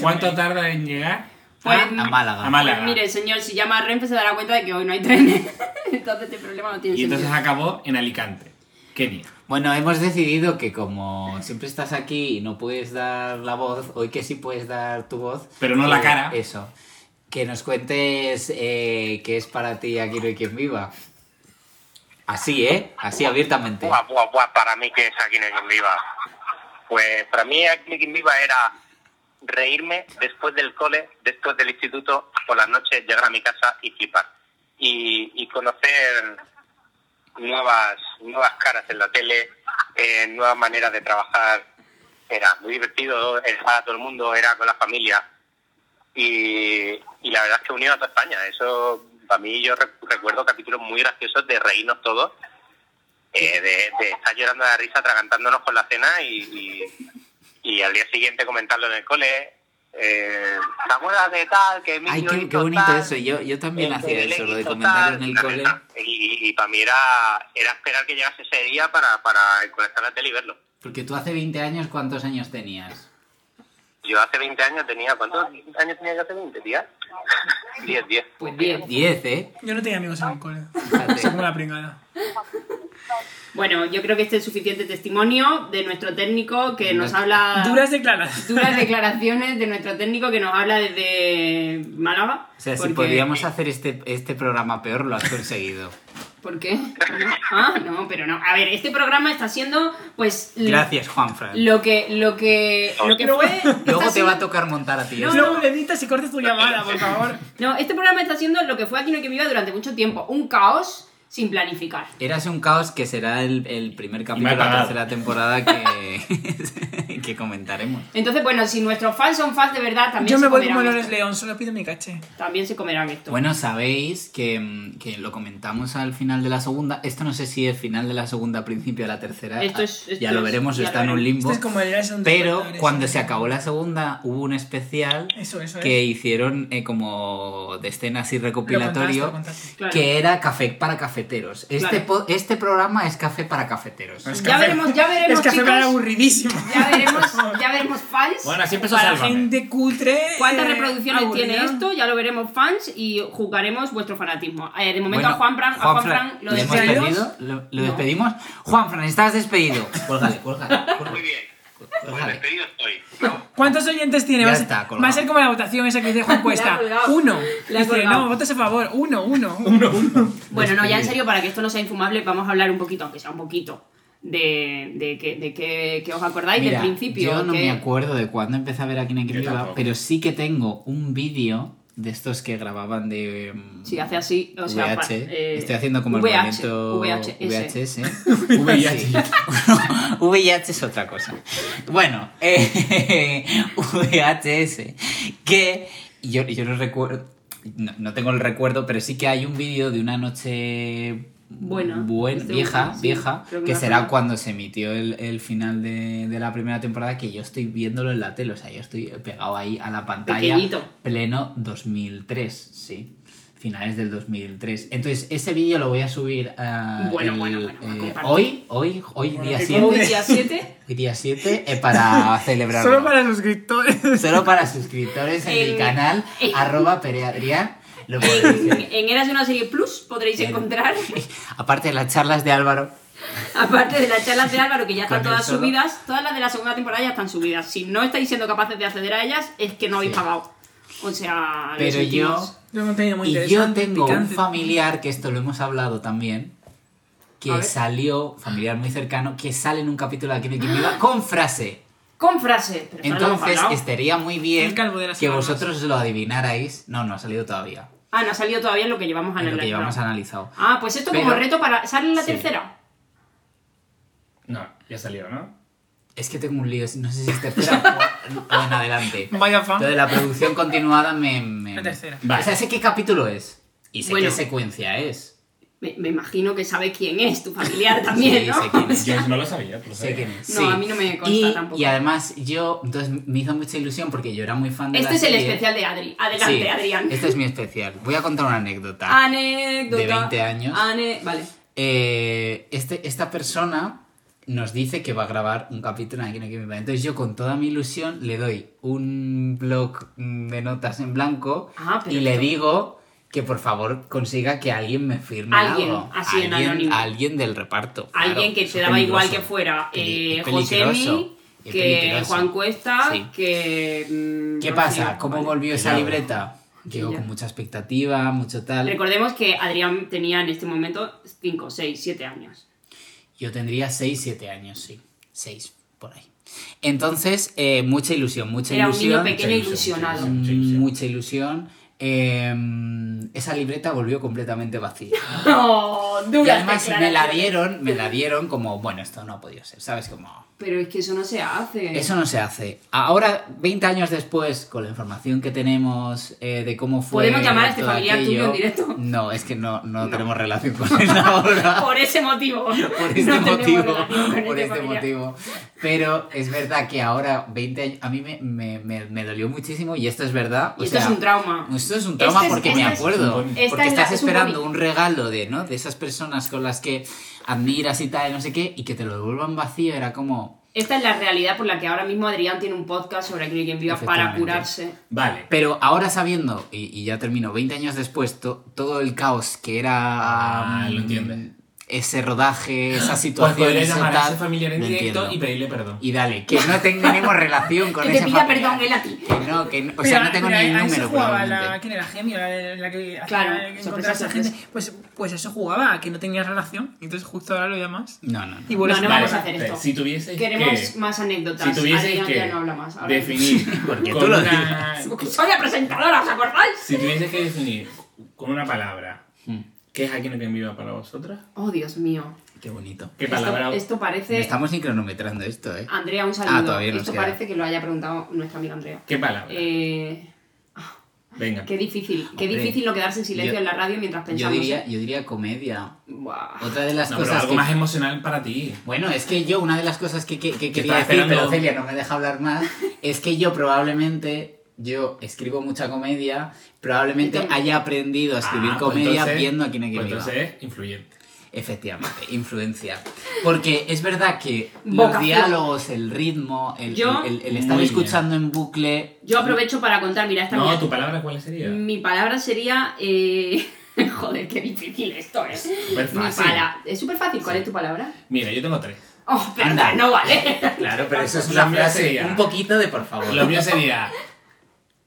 [SPEAKER 4] ¿cuánto tarda en llegar
[SPEAKER 1] pues,
[SPEAKER 2] Ah, A Málaga.
[SPEAKER 4] a Málaga?
[SPEAKER 1] pues mire, señor, si llama a Renfe se dará cuenta de que hoy no hay trenes. entonces este problema no tiene
[SPEAKER 4] Y entonces
[SPEAKER 1] sentido.
[SPEAKER 4] acabó en Alicante. Kenia.
[SPEAKER 2] Bueno, hemos decidido que como siempre estás aquí y no puedes dar la voz, hoy que sí puedes dar tu voz.
[SPEAKER 4] Pero no la
[SPEAKER 2] eh,
[SPEAKER 4] cara.
[SPEAKER 2] Eso. Que nos cuentes eh, qué es para ti Aquí no hay quien viva. Así, ¿eh? Así abiertamente.
[SPEAKER 6] Buah, buah, buah, para mí que es Aquí no hay quien viva. Pues para mí Aquí no hay quien viva era reírme después del cole, después del instituto, por las noches llegar a mi casa y flipar. Y, y conocer nuevas, nuevas caras en la tele, eh, nuevas maneras de trabajar. Era muy divertido, era para todo el mundo, era con la familia. Y, y la verdad es que unió a toda España. Eso, para mí, yo re- recuerdo capítulos muy graciosos de reírnos todos eh, de, de estar llorando de la risa, atragantándonos con la cena y, y, y al día siguiente comentarlo en el cole. Eh, ¿Te acuerdas de tal? Que
[SPEAKER 2] Ay,
[SPEAKER 6] Emilio
[SPEAKER 2] qué, qué
[SPEAKER 6] hizo
[SPEAKER 2] bonito
[SPEAKER 6] tal?
[SPEAKER 2] eso. Yo, yo también
[SPEAKER 6] Eh,
[SPEAKER 2] hacía
[SPEAKER 6] el
[SPEAKER 2] eso, lo de
[SPEAKER 6] éxito,
[SPEAKER 2] comentar
[SPEAKER 6] tal,
[SPEAKER 2] en el
[SPEAKER 6] la
[SPEAKER 2] cole.
[SPEAKER 6] neta. Y, y para mí era, era esperar que llegase ese día para, para conectar la tele y verlo.
[SPEAKER 2] Porque tú hace 20 años, ¿cuántos años tenías?
[SPEAKER 6] Yo hace 20 años tenía... ¿Cuántos años tenía yo hace 20, tía? 10, 10.
[SPEAKER 1] Pues bien.
[SPEAKER 2] 10, ¿eh?
[SPEAKER 3] Yo no tenía amigos en el cole.
[SPEAKER 2] Fíjate.
[SPEAKER 3] Soy como la pringada.
[SPEAKER 1] Bueno, yo creo que este es suficiente testimonio de nuestro técnico que nos
[SPEAKER 2] Nuestro-
[SPEAKER 1] habla...
[SPEAKER 3] Duras declaradas.
[SPEAKER 1] duras declaraciones de nuestro técnico que nos habla desde Málaga.
[SPEAKER 2] O sea, si
[SPEAKER 1] porque- eh,
[SPEAKER 2] podíamos hacer este, este programa peor, lo has conseguido.
[SPEAKER 1] ¿Por qué? Ah, no, pero no. A ver, este programa está siendo, pues... l-
[SPEAKER 2] Gracias, Juanfran.
[SPEAKER 1] Lo que, lo que, lo que fue...
[SPEAKER 2] Luego
[SPEAKER 1] está
[SPEAKER 2] te va a
[SPEAKER 1] siendo-
[SPEAKER 2] tocar montar a ti.
[SPEAKER 1] No,
[SPEAKER 2] esto.
[SPEAKER 3] Luego le editas y cortes tu llamada, por favor.
[SPEAKER 1] No, este programa está siendo lo que fue Aquí no hay que viva durante mucho tiempo. Un caos, sin planificar.
[SPEAKER 2] Érase un caos que será el, el primer capítulo de la
[SPEAKER 4] cagado.
[SPEAKER 2] tercera temporada que, que comentaremos.
[SPEAKER 1] Entonces, bueno, si nuestros fans son fans de verdad, también,
[SPEAKER 3] Yo
[SPEAKER 1] se,
[SPEAKER 3] me voy como
[SPEAKER 1] comerán
[SPEAKER 3] Lorenz
[SPEAKER 1] esto.
[SPEAKER 3] León, solo pido mi caché.
[SPEAKER 1] también se comerán esto.
[SPEAKER 2] Bueno, sabéis que, mm, que lo comentamos al final de la segunda. Esto no sé si es final de la segunda, principio de la tercera. Ah,
[SPEAKER 1] Esto es- esto
[SPEAKER 2] ya lo
[SPEAKER 1] es-
[SPEAKER 2] veremos,
[SPEAKER 1] ya lo
[SPEAKER 2] está en un
[SPEAKER 1] veremos.
[SPEAKER 2] limbo.
[SPEAKER 3] Esto es como el Jason
[SPEAKER 2] Pero
[SPEAKER 3] Derulo,
[SPEAKER 2] cuando
[SPEAKER 3] eso.
[SPEAKER 2] se acabó la segunda, hubo un especial
[SPEAKER 3] Eso, eso
[SPEAKER 2] que
[SPEAKER 3] es.
[SPEAKER 2] hicieron eh, como de escena así
[SPEAKER 3] Lo contaste,
[SPEAKER 2] recopilatorio.
[SPEAKER 3] lo contaste.
[SPEAKER 1] Claro.
[SPEAKER 2] Que era café para cafeteros. Este,
[SPEAKER 1] Claro.
[SPEAKER 2] po- este programa es café para cafeteros.
[SPEAKER 3] Es
[SPEAKER 1] Ya
[SPEAKER 3] café-
[SPEAKER 1] veremos, ya veremos,
[SPEAKER 3] Es que
[SPEAKER 1] chicos.
[SPEAKER 3] era aburridísimo.
[SPEAKER 1] Ya veremos, ya veremos fans.
[SPEAKER 4] Bueno, así empezó
[SPEAKER 3] Para
[SPEAKER 4] Sálvame.
[SPEAKER 3] gente cutre.
[SPEAKER 1] ¿Cuántas
[SPEAKER 3] eh,
[SPEAKER 1] reproducciones
[SPEAKER 3] aburrida.
[SPEAKER 1] tiene esto? Ya lo veremos fans y juzgaremos vuestro fanatismo. Eh, de momento
[SPEAKER 2] Bueno,
[SPEAKER 1] a Juan Fran, a Juan Fran, lo
[SPEAKER 2] ¿le hemos
[SPEAKER 1] despedimos.
[SPEAKER 2] pedido? ¿Lo, lo
[SPEAKER 1] No.
[SPEAKER 2] despedimos? Juan Fran, estás despedido. Cuélgale, cuélgale.
[SPEAKER 6] Muy
[SPEAKER 2] cuélgale,
[SPEAKER 6] bien, pues
[SPEAKER 2] cuélgale.
[SPEAKER 6] despedido estoy.
[SPEAKER 3] ¿Cuántos oyentes tiene?
[SPEAKER 2] Ya
[SPEAKER 3] va, a ser-
[SPEAKER 2] está, colgado.
[SPEAKER 3] va a ser como la votación esa que dice Juan Cuesta.
[SPEAKER 1] colgado.
[SPEAKER 3] Uno.
[SPEAKER 1] Le ha
[SPEAKER 3] Dice,
[SPEAKER 1] colgado.
[SPEAKER 3] no, votas a favor. Uno, uno. Uno.
[SPEAKER 1] Bueno, no, ya en serio, para que esto no sea infumable, vamos a hablar un poquito, aunque sea un poquito, de, de, que, de que, que os acordáis
[SPEAKER 2] Mira,
[SPEAKER 1] del principio.
[SPEAKER 2] Yo no
[SPEAKER 1] que-
[SPEAKER 2] me acuerdo de cuándo empecé a ver aquí en Aquí
[SPEAKER 4] Yo
[SPEAKER 2] Viva,
[SPEAKER 4] tampoco.
[SPEAKER 2] pero sí que tengo un vídeo de estos que grababan de. mm,
[SPEAKER 1] Sí, hace así, o sea, pa-
[SPEAKER 2] VH.
[SPEAKER 1] eh,
[SPEAKER 2] Estoy haciendo como
[SPEAKER 1] VH,
[SPEAKER 2] el movimiento ¿eh?
[SPEAKER 1] VHS.
[SPEAKER 2] VHS. VH. VH es otra cosa. Bueno, eh, VHS. Que yo, yo no recuerdo. No, no tengo el recuerdo, pero sí que hay un vídeo de una noche.
[SPEAKER 1] Buena.
[SPEAKER 2] buen-
[SPEAKER 1] Este
[SPEAKER 2] vieja,
[SPEAKER 1] último, sí,
[SPEAKER 2] vieja,
[SPEAKER 1] creo que
[SPEAKER 2] que
[SPEAKER 1] me
[SPEAKER 2] será
[SPEAKER 1] acuerdo.
[SPEAKER 2] cuando se emitió el, el final de, de la primera temporada, que yo estoy viéndolo en la tele, o sea, yo estoy pegado ahí a la pantalla.
[SPEAKER 1] Pequeñito.
[SPEAKER 2] Pleno 2003, sí. Finales del 2003. Entonces, ese vídeo lo voy a subir a
[SPEAKER 1] Bueno, bueno, bueno, a compartir.
[SPEAKER 2] hoy, hoy, hoy día
[SPEAKER 1] Hoy
[SPEAKER 2] 7,
[SPEAKER 1] día 7,
[SPEAKER 2] hoy día 7 eh, para celebrar.
[SPEAKER 3] Solo para suscriptores.
[SPEAKER 2] Solo para suscriptores en el
[SPEAKER 1] En-
[SPEAKER 2] canal
[SPEAKER 1] en-
[SPEAKER 2] arroba pereadrián. Lo podéis
[SPEAKER 1] en,
[SPEAKER 2] ver.
[SPEAKER 1] en Eras de una serie plus podréis encontrar,
[SPEAKER 2] Aparte de las charlas de Álvaro.
[SPEAKER 1] aparte de las charlas de Álvaro, que ya están
[SPEAKER 2] Con el
[SPEAKER 1] todas
[SPEAKER 2] solo.
[SPEAKER 1] subidas, todas las de la segunda temporada ya están subidas. Si no estáis siendo capaces de acceder a ellas, es que no habéis
[SPEAKER 2] Sí.
[SPEAKER 1] pagado. O sea, lo
[SPEAKER 2] Pero yo,
[SPEAKER 1] sentimos.
[SPEAKER 3] Yo no tenía muy
[SPEAKER 2] y yo
[SPEAKER 3] interesante,
[SPEAKER 2] tengo un
[SPEAKER 3] picante.
[SPEAKER 2] familiar, que esto lo hemos hablado también,
[SPEAKER 1] A
[SPEAKER 2] que
[SPEAKER 1] ver.
[SPEAKER 2] salió, familiar muy cercano, que sale en un capítulo de Aquí no hay quien viva con frase.
[SPEAKER 1] Con frase. Pero esto no lo hemos
[SPEAKER 2] Entonces
[SPEAKER 1] hablado.
[SPEAKER 2] estaría muy bien
[SPEAKER 3] El calvo de las
[SPEAKER 2] que
[SPEAKER 3] semanas.
[SPEAKER 2] vosotros lo adivinarais. No, no ha salido todavía.
[SPEAKER 1] Ah, no ha salido todavía lo que llevamos
[SPEAKER 2] en lo
[SPEAKER 1] analizando.
[SPEAKER 2] que llevamos analizado.
[SPEAKER 1] Ah, pues esto como
[SPEAKER 2] Pero-
[SPEAKER 1] reto para. ¿Sale en la
[SPEAKER 2] Sí.
[SPEAKER 1] tercera?
[SPEAKER 4] No, ya salió, ¿no?
[SPEAKER 2] Es que tengo un lío, no sé si es tercera o, o en adelante.
[SPEAKER 3] Vaya fan.
[SPEAKER 2] Lo de la producción continuada me. me-
[SPEAKER 3] La tercera.
[SPEAKER 2] O sea, sé qué capítulo es y sé
[SPEAKER 1] Bueno.
[SPEAKER 2] qué secuencia es.
[SPEAKER 1] Me, me imagino que sabes quién es, tu familiar también,
[SPEAKER 2] Sí,
[SPEAKER 1] ¿no?
[SPEAKER 2] sé quién es.
[SPEAKER 4] Yo no lo sabía,
[SPEAKER 5] pues,
[SPEAKER 4] tú lo
[SPEAKER 2] Sé
[SPEAKER 5] ¿eh?
[SPEAKER 4] sabías.
[SPEAKER 2] quién es.
[SPEAKER 1] No,
[SPEAKER 2] sí.
[SPEAKER 1] a mí no me consta
[SPEAKER 2] y,
[SPEAKER 1] tampoco.
[SPEAKER 2] Y además, yo. Entonces me hizo mucha ilusión porque yo era muy fan de la
[SPEAKER 1] Este es el
[SPEAKER 2] serie.
[SPEAKER 1] especial de Adri. Adelante,
[SPEAKER 2] Sí,
[SPEAKER 1] Adrián. Ah,
[SPEAKER 2] Este es mi especial. Voy a contar una anécdota.
[SPEAKER 1] Anécdota.
[SPEAKER 2] De 20 años.
[SPEAKER 1] Ane- Vale.
[SPEAKER 2] Eh, este, esta persona nos dice que va a grabar un capítulo en Aquí no hay quien viva. Entonces yo con toda mi ilusión le doy un blog mm, de notas en blanco
[SPEAKER 1] Ah, pero
[SPEAKER 2] y le
[SPEAKER 1] esto-
[SPEAKER 2] digo que por favor consiga que alguien me firme
[SPEAKER 1] Alguien,
[SPEAKER 2] algo.
[SPEAKER 1] así en
[SPEAKER 2] alguien,
[SPEAKER 1] anónimo.
[SPEAKER 2] alguien del reparto. claro.
[SPEAKER 1] Alguien que
[SPEAKER 2] Eso
[SPEAKER 1] te
[SPEAKER 2] es
[SPEAKER 1] daba igual que
[SPEAKER 2] peligroso.
[SPEAKER 1] fuera
[SPEAKER 2] Peli-
[SPEAKER 1] eh,
[SPEAKER 2] es
[SPEAKER 1] Josemi,
[SPEAKER 2] peligroso, es
[SPEAKER 1] que
[SPEAKER 2] peligroso.
[SPEAKER 1] Juan Cuesta,
[SPEAKER 2] Sí.
[SPEAKER 1] que. mm,
[SPEAKER 2] ¿Qué
[SPEAKER 1] Rocío,
[SPEAKER 2] pasa? ¿Cómo
[SPEAKER 1] vale.
[SPEAKER 2] volvió esa libreta? Llegó
[SPEAKER 1] Ya.
[SPEAKER 2] con mucha expectativa, mucho tal.
[SPEAKER 1] Recordemos que Adrián tenía en este momento 5, 6, 7 años.
[SPEAKER 2] Yo tendría 6, 7 años, sí. 6, por ahí. Entonces, eh, mucha ilusión, mucha
[SPEAKER 1] Era un niño
[SPEAKER 2] ilusión.
[SPEAKER 1] pequeño e ilusionado.
[SPEAKER 2] mucha ilusión. Mucha ilusión. Eh, esa libreta volvió completamente vacía.
[SPEAKER 1] No,
[SPEAKER 2] Y
[SPEAKER 1] dura.
[SPEAKER 2] además me la dieron, me la dieron como, bueno, esto no ha podido ser, ¿sabes? Como,
[SPEAKER 1] Pero es que eso no se hace.
[SPEAKER 2] eso no se hace. Ahora, 20 años después, con la información que tenemos eh, de cómo fue.
[SPEAKER 1] ¿Podemos llamar a este
[SPEAKER 2] todo
[SPEAKER 1] familiar tuyo en directo?
[SPEAKER 2] No, es que no, no, tenemos relación con él ahora.
[SPEAKER 1] Por ese motivo.
[SPEAKER 2] por este
[SPEAKER 1] No tenemos
[SPEAKER 2] motivo,
[SPEAKER 1] relación con
[SPEAKER 2] por
[SPEAKER 1] este
[SPEAKER 2] este
[SPEAKER 1] familiar.
[SPEAKER 2] motivo. Pero es verdad que ahora, 20 años, a mí me, me, me- me dolió muchísimo y esto es verdad.
[SPEAKER 1] Y
[SPEAKER 2] o
[SPEAKER 1] esto
[SPEAKER 2] sea,
[SPEAKER 1] es un trauma.
[SPEAKER 2] Esto es un trauma
[SPEAKER 1] Este es-
[SPEAKER 2] porque
[SPEAKER 1] este
[SPEAKER 2] me
[SPEAKER 1] es-
[SPEAKER 2] acuerdo.
[SPEAKER 4] Esta
[SPEAKER 1] es
[SPEAKER 2] porque
[SPEAKER 1] la-
[SPEAKER 2] estás
[SPEAKER 1] es un
[SPEAKER 2] esperando
[SPEAKER 1] boni.
[SPEAKER 2] un regalo de, ¿no? de esas personas con las que admiras y tal, y no sé qué, y que te lo devuelvan vacío, era como...
[SPEAKER 1] Esta es la realidad por la que ahora mismo Adrián tiene un podcast sobre Aquí no hay quien viva para
[SPEAKER 2] Efectivamente.
[SPEAKER 1] curarse.
[SPEAKER 4] Vale.
[SPEAKER 2] Pero ahora sabiendo, y, y ya termino, 20 años después, to- todo el caos que era... mm,
[SPEAKER 4] Ah, lo entiendo.
[SPEAKER 2] Ese rodaje, esa
[SPEAKER 4] Pues
[SPEAKER 2] situación.
[SPEAKER 4] podría
[SPEAKER 2] ese
[SPEAKER 4] llamar a
[SPEAKER 2] tal,
[SPEAKER 4] ese familiar en
[SPEAKER 2] lo
[SPEAKER 4] directo
[SPEAKER 2] entiendo.
[SPEAKER 4] y pedirle perdón.
[SPEAKER 2] Y dale, que no tenemos relación con
[SPEAKER 1] Que te
[SPEAKER 2] ese
[SPEAKER 1] pida
[SPEAKER 2] familiar.
[SPEAKER 1] perdón él a ti.
[SPEAKER 2] Que no, que no, o sea, no tengo ni el
[SPEAKER 3] a
[SPEAKER 2] número,
[SPEAKER 3] eso jugaba la,
[SPEAKER 2] probablemente.
[SPEAKER 3] ¿Quién era Gemio? La, la que
[SPEAKER 1] Claro,
[SPEAKER 3] hacía que
[SPEAKER 1] sorpresa,
[SPEAKER 3] encontraba a esa
[SPEAKER 1] sorpresa.
[SPEAKER 3] gente. Pues, pues eso jugaba, a que no tenía relación. Entonces justo ahora lo llamas.
[SPEAKER 2] No, no,
[SPEAKER 3] Y
[SPEAKER 2] no.
[SPEAKER 3] vuelves
[SPEAKER 1] No, no
[SPEAKER 3] a-
[SPEAKER 1] vamos a hacer
[SPEAKER 4] espera,
[SPEAKER 1] esto.
[SPEAKER 4] Si tuvieses
[SPEAKER 1] Queremos
[SPEAKER 4] que...
[SPEAKER 1] más anécdotas.
[SPEAKER 4] Si tuvieses
[SPEAKER 1] Adrián
[SPEAKER 4] que
[SPEAKER 1] ya no habla más. ahora.
[SPEAKER 4] definir
[SPEAKER 2] Porque
[SPEAKER 4] con
[SPEAKER 2] tú lo
[SPEAKER 4] una...
[SPEAKER 1] Soy la presentadora, ¿os acordáis?
[SPEAKER 2] Hmm.
[SPEAKER 4] Si tuvieses que definir con una palabra
[SPEAKER 5] ¿Qué es Aquí no hay quien viva para vosotras?
[SPEAKER 1] Oh, Dios mío.
[SPEAKER 2] Qué bonito.
[SPEAKER 5] ¿Qué palabra?
[SPEAKER 1] Esto, esto parece.
[SPEAKER 2] Estamos ni cronometrando esto, ¿eh?
[SPEAKER 1] Andrea, un saludo.
[SPEAKER 2] Ah, todavía nos
[SPEAKER 1] esto
[SPEAKER 2] queda.
[SPEAKER 1] parece que lo haya preguntado nuestra amiga Andrea.
[SPEAKER 5] ¿Qué palabra?
[SPEAKER 1] Eh,
[SPEAKER 5] Venga.
[SPEAKER 1] qué difícil. Qué
[SPEAKER 2] Hombre,
[SPEAKER 1] difícil no quedarse en silencio
[SPEAKER 2] yo-
[SPEAKER 1] en la radio mientras
[SPEAKER 2] Yo
[SPEAKER 1] pensamos.
[SPEAKER 2] diría,
[SPEAKER 1] ¿eh?
[SPEAKER 2] yo diría comedia.
[SPEAKER 1] Buah.
[SPEAKER 2] Otra de las
[SPEAKER 5] No, pero
[SPEAKER 2] cosas
[SPEAKER 5] algo
[SPEAKER 2] que...
[SPEAKER 5] más emocional para ti.
[SPEAKER 2] Bueno, es que yo, una de las cosas que, que- que quería
[SPEAKER 5] estaba
[SPEAKER 2] decir, pero
[SPEAKER 5] esperando.
[SPEAKER 2] Celia no me deja hablar más, es que yo probablemente, yo escribo mucha comedia, probablemente
[SPEAKER 1] Entonces-
[SPEAKER 2] haya aprendido a escribir
[SPEAKER 5] Ah, pues
[SPEAKER 2] comedia
[SPEAKER 5] entonces-
[SPEAKER 2] viendo a quien hay que
[SPEAKER 5] pues
[SPEAKER 2] viva.
[SPEAKER 5] Entonces es influyente.
[SPEAKER 2] Efectivamente, influencia. Porque es verdad que los
[SPEAKER 1] Vocación.
[SPEAKER 2] diálogos, el ritmo, el,
[SPEAKER 1] Yo-
[SPEAKER 2] el- el- el estar
[SPEAKER 5] Muy bien.
[SPEAKER 2] escuchando en bucle...
[SPEAKER 1] Yo aprovecho para contar, mira, esta
[SPEAKER 5] No,
[SPEAKER 1] mañana-
[SPEAKER 5] ¿tu palabra cuál sería?
[SPEAKER 1] Mi palabra sería. eh, Joder, qué difícil esto es.
[SPEAKER 5] Súper
[SPEAKER 1] Mi
[SPEAKER 5] fácil.
[SPEAKER 1] pala- Es súper fácil. ¿Cuál es tu palabra?
[SPEAKER 5] Mira, yo tengo tres.
[SPEAKER 1] Oh, pero
[SPEAKER 2] Anda.
[SPEAKER 1] no vale.
[SPEAKER 5] Claro,
[SPEAKER 2] La mía sería- Un poquito de por favor.
[SPEAKER 5] Lo mío sería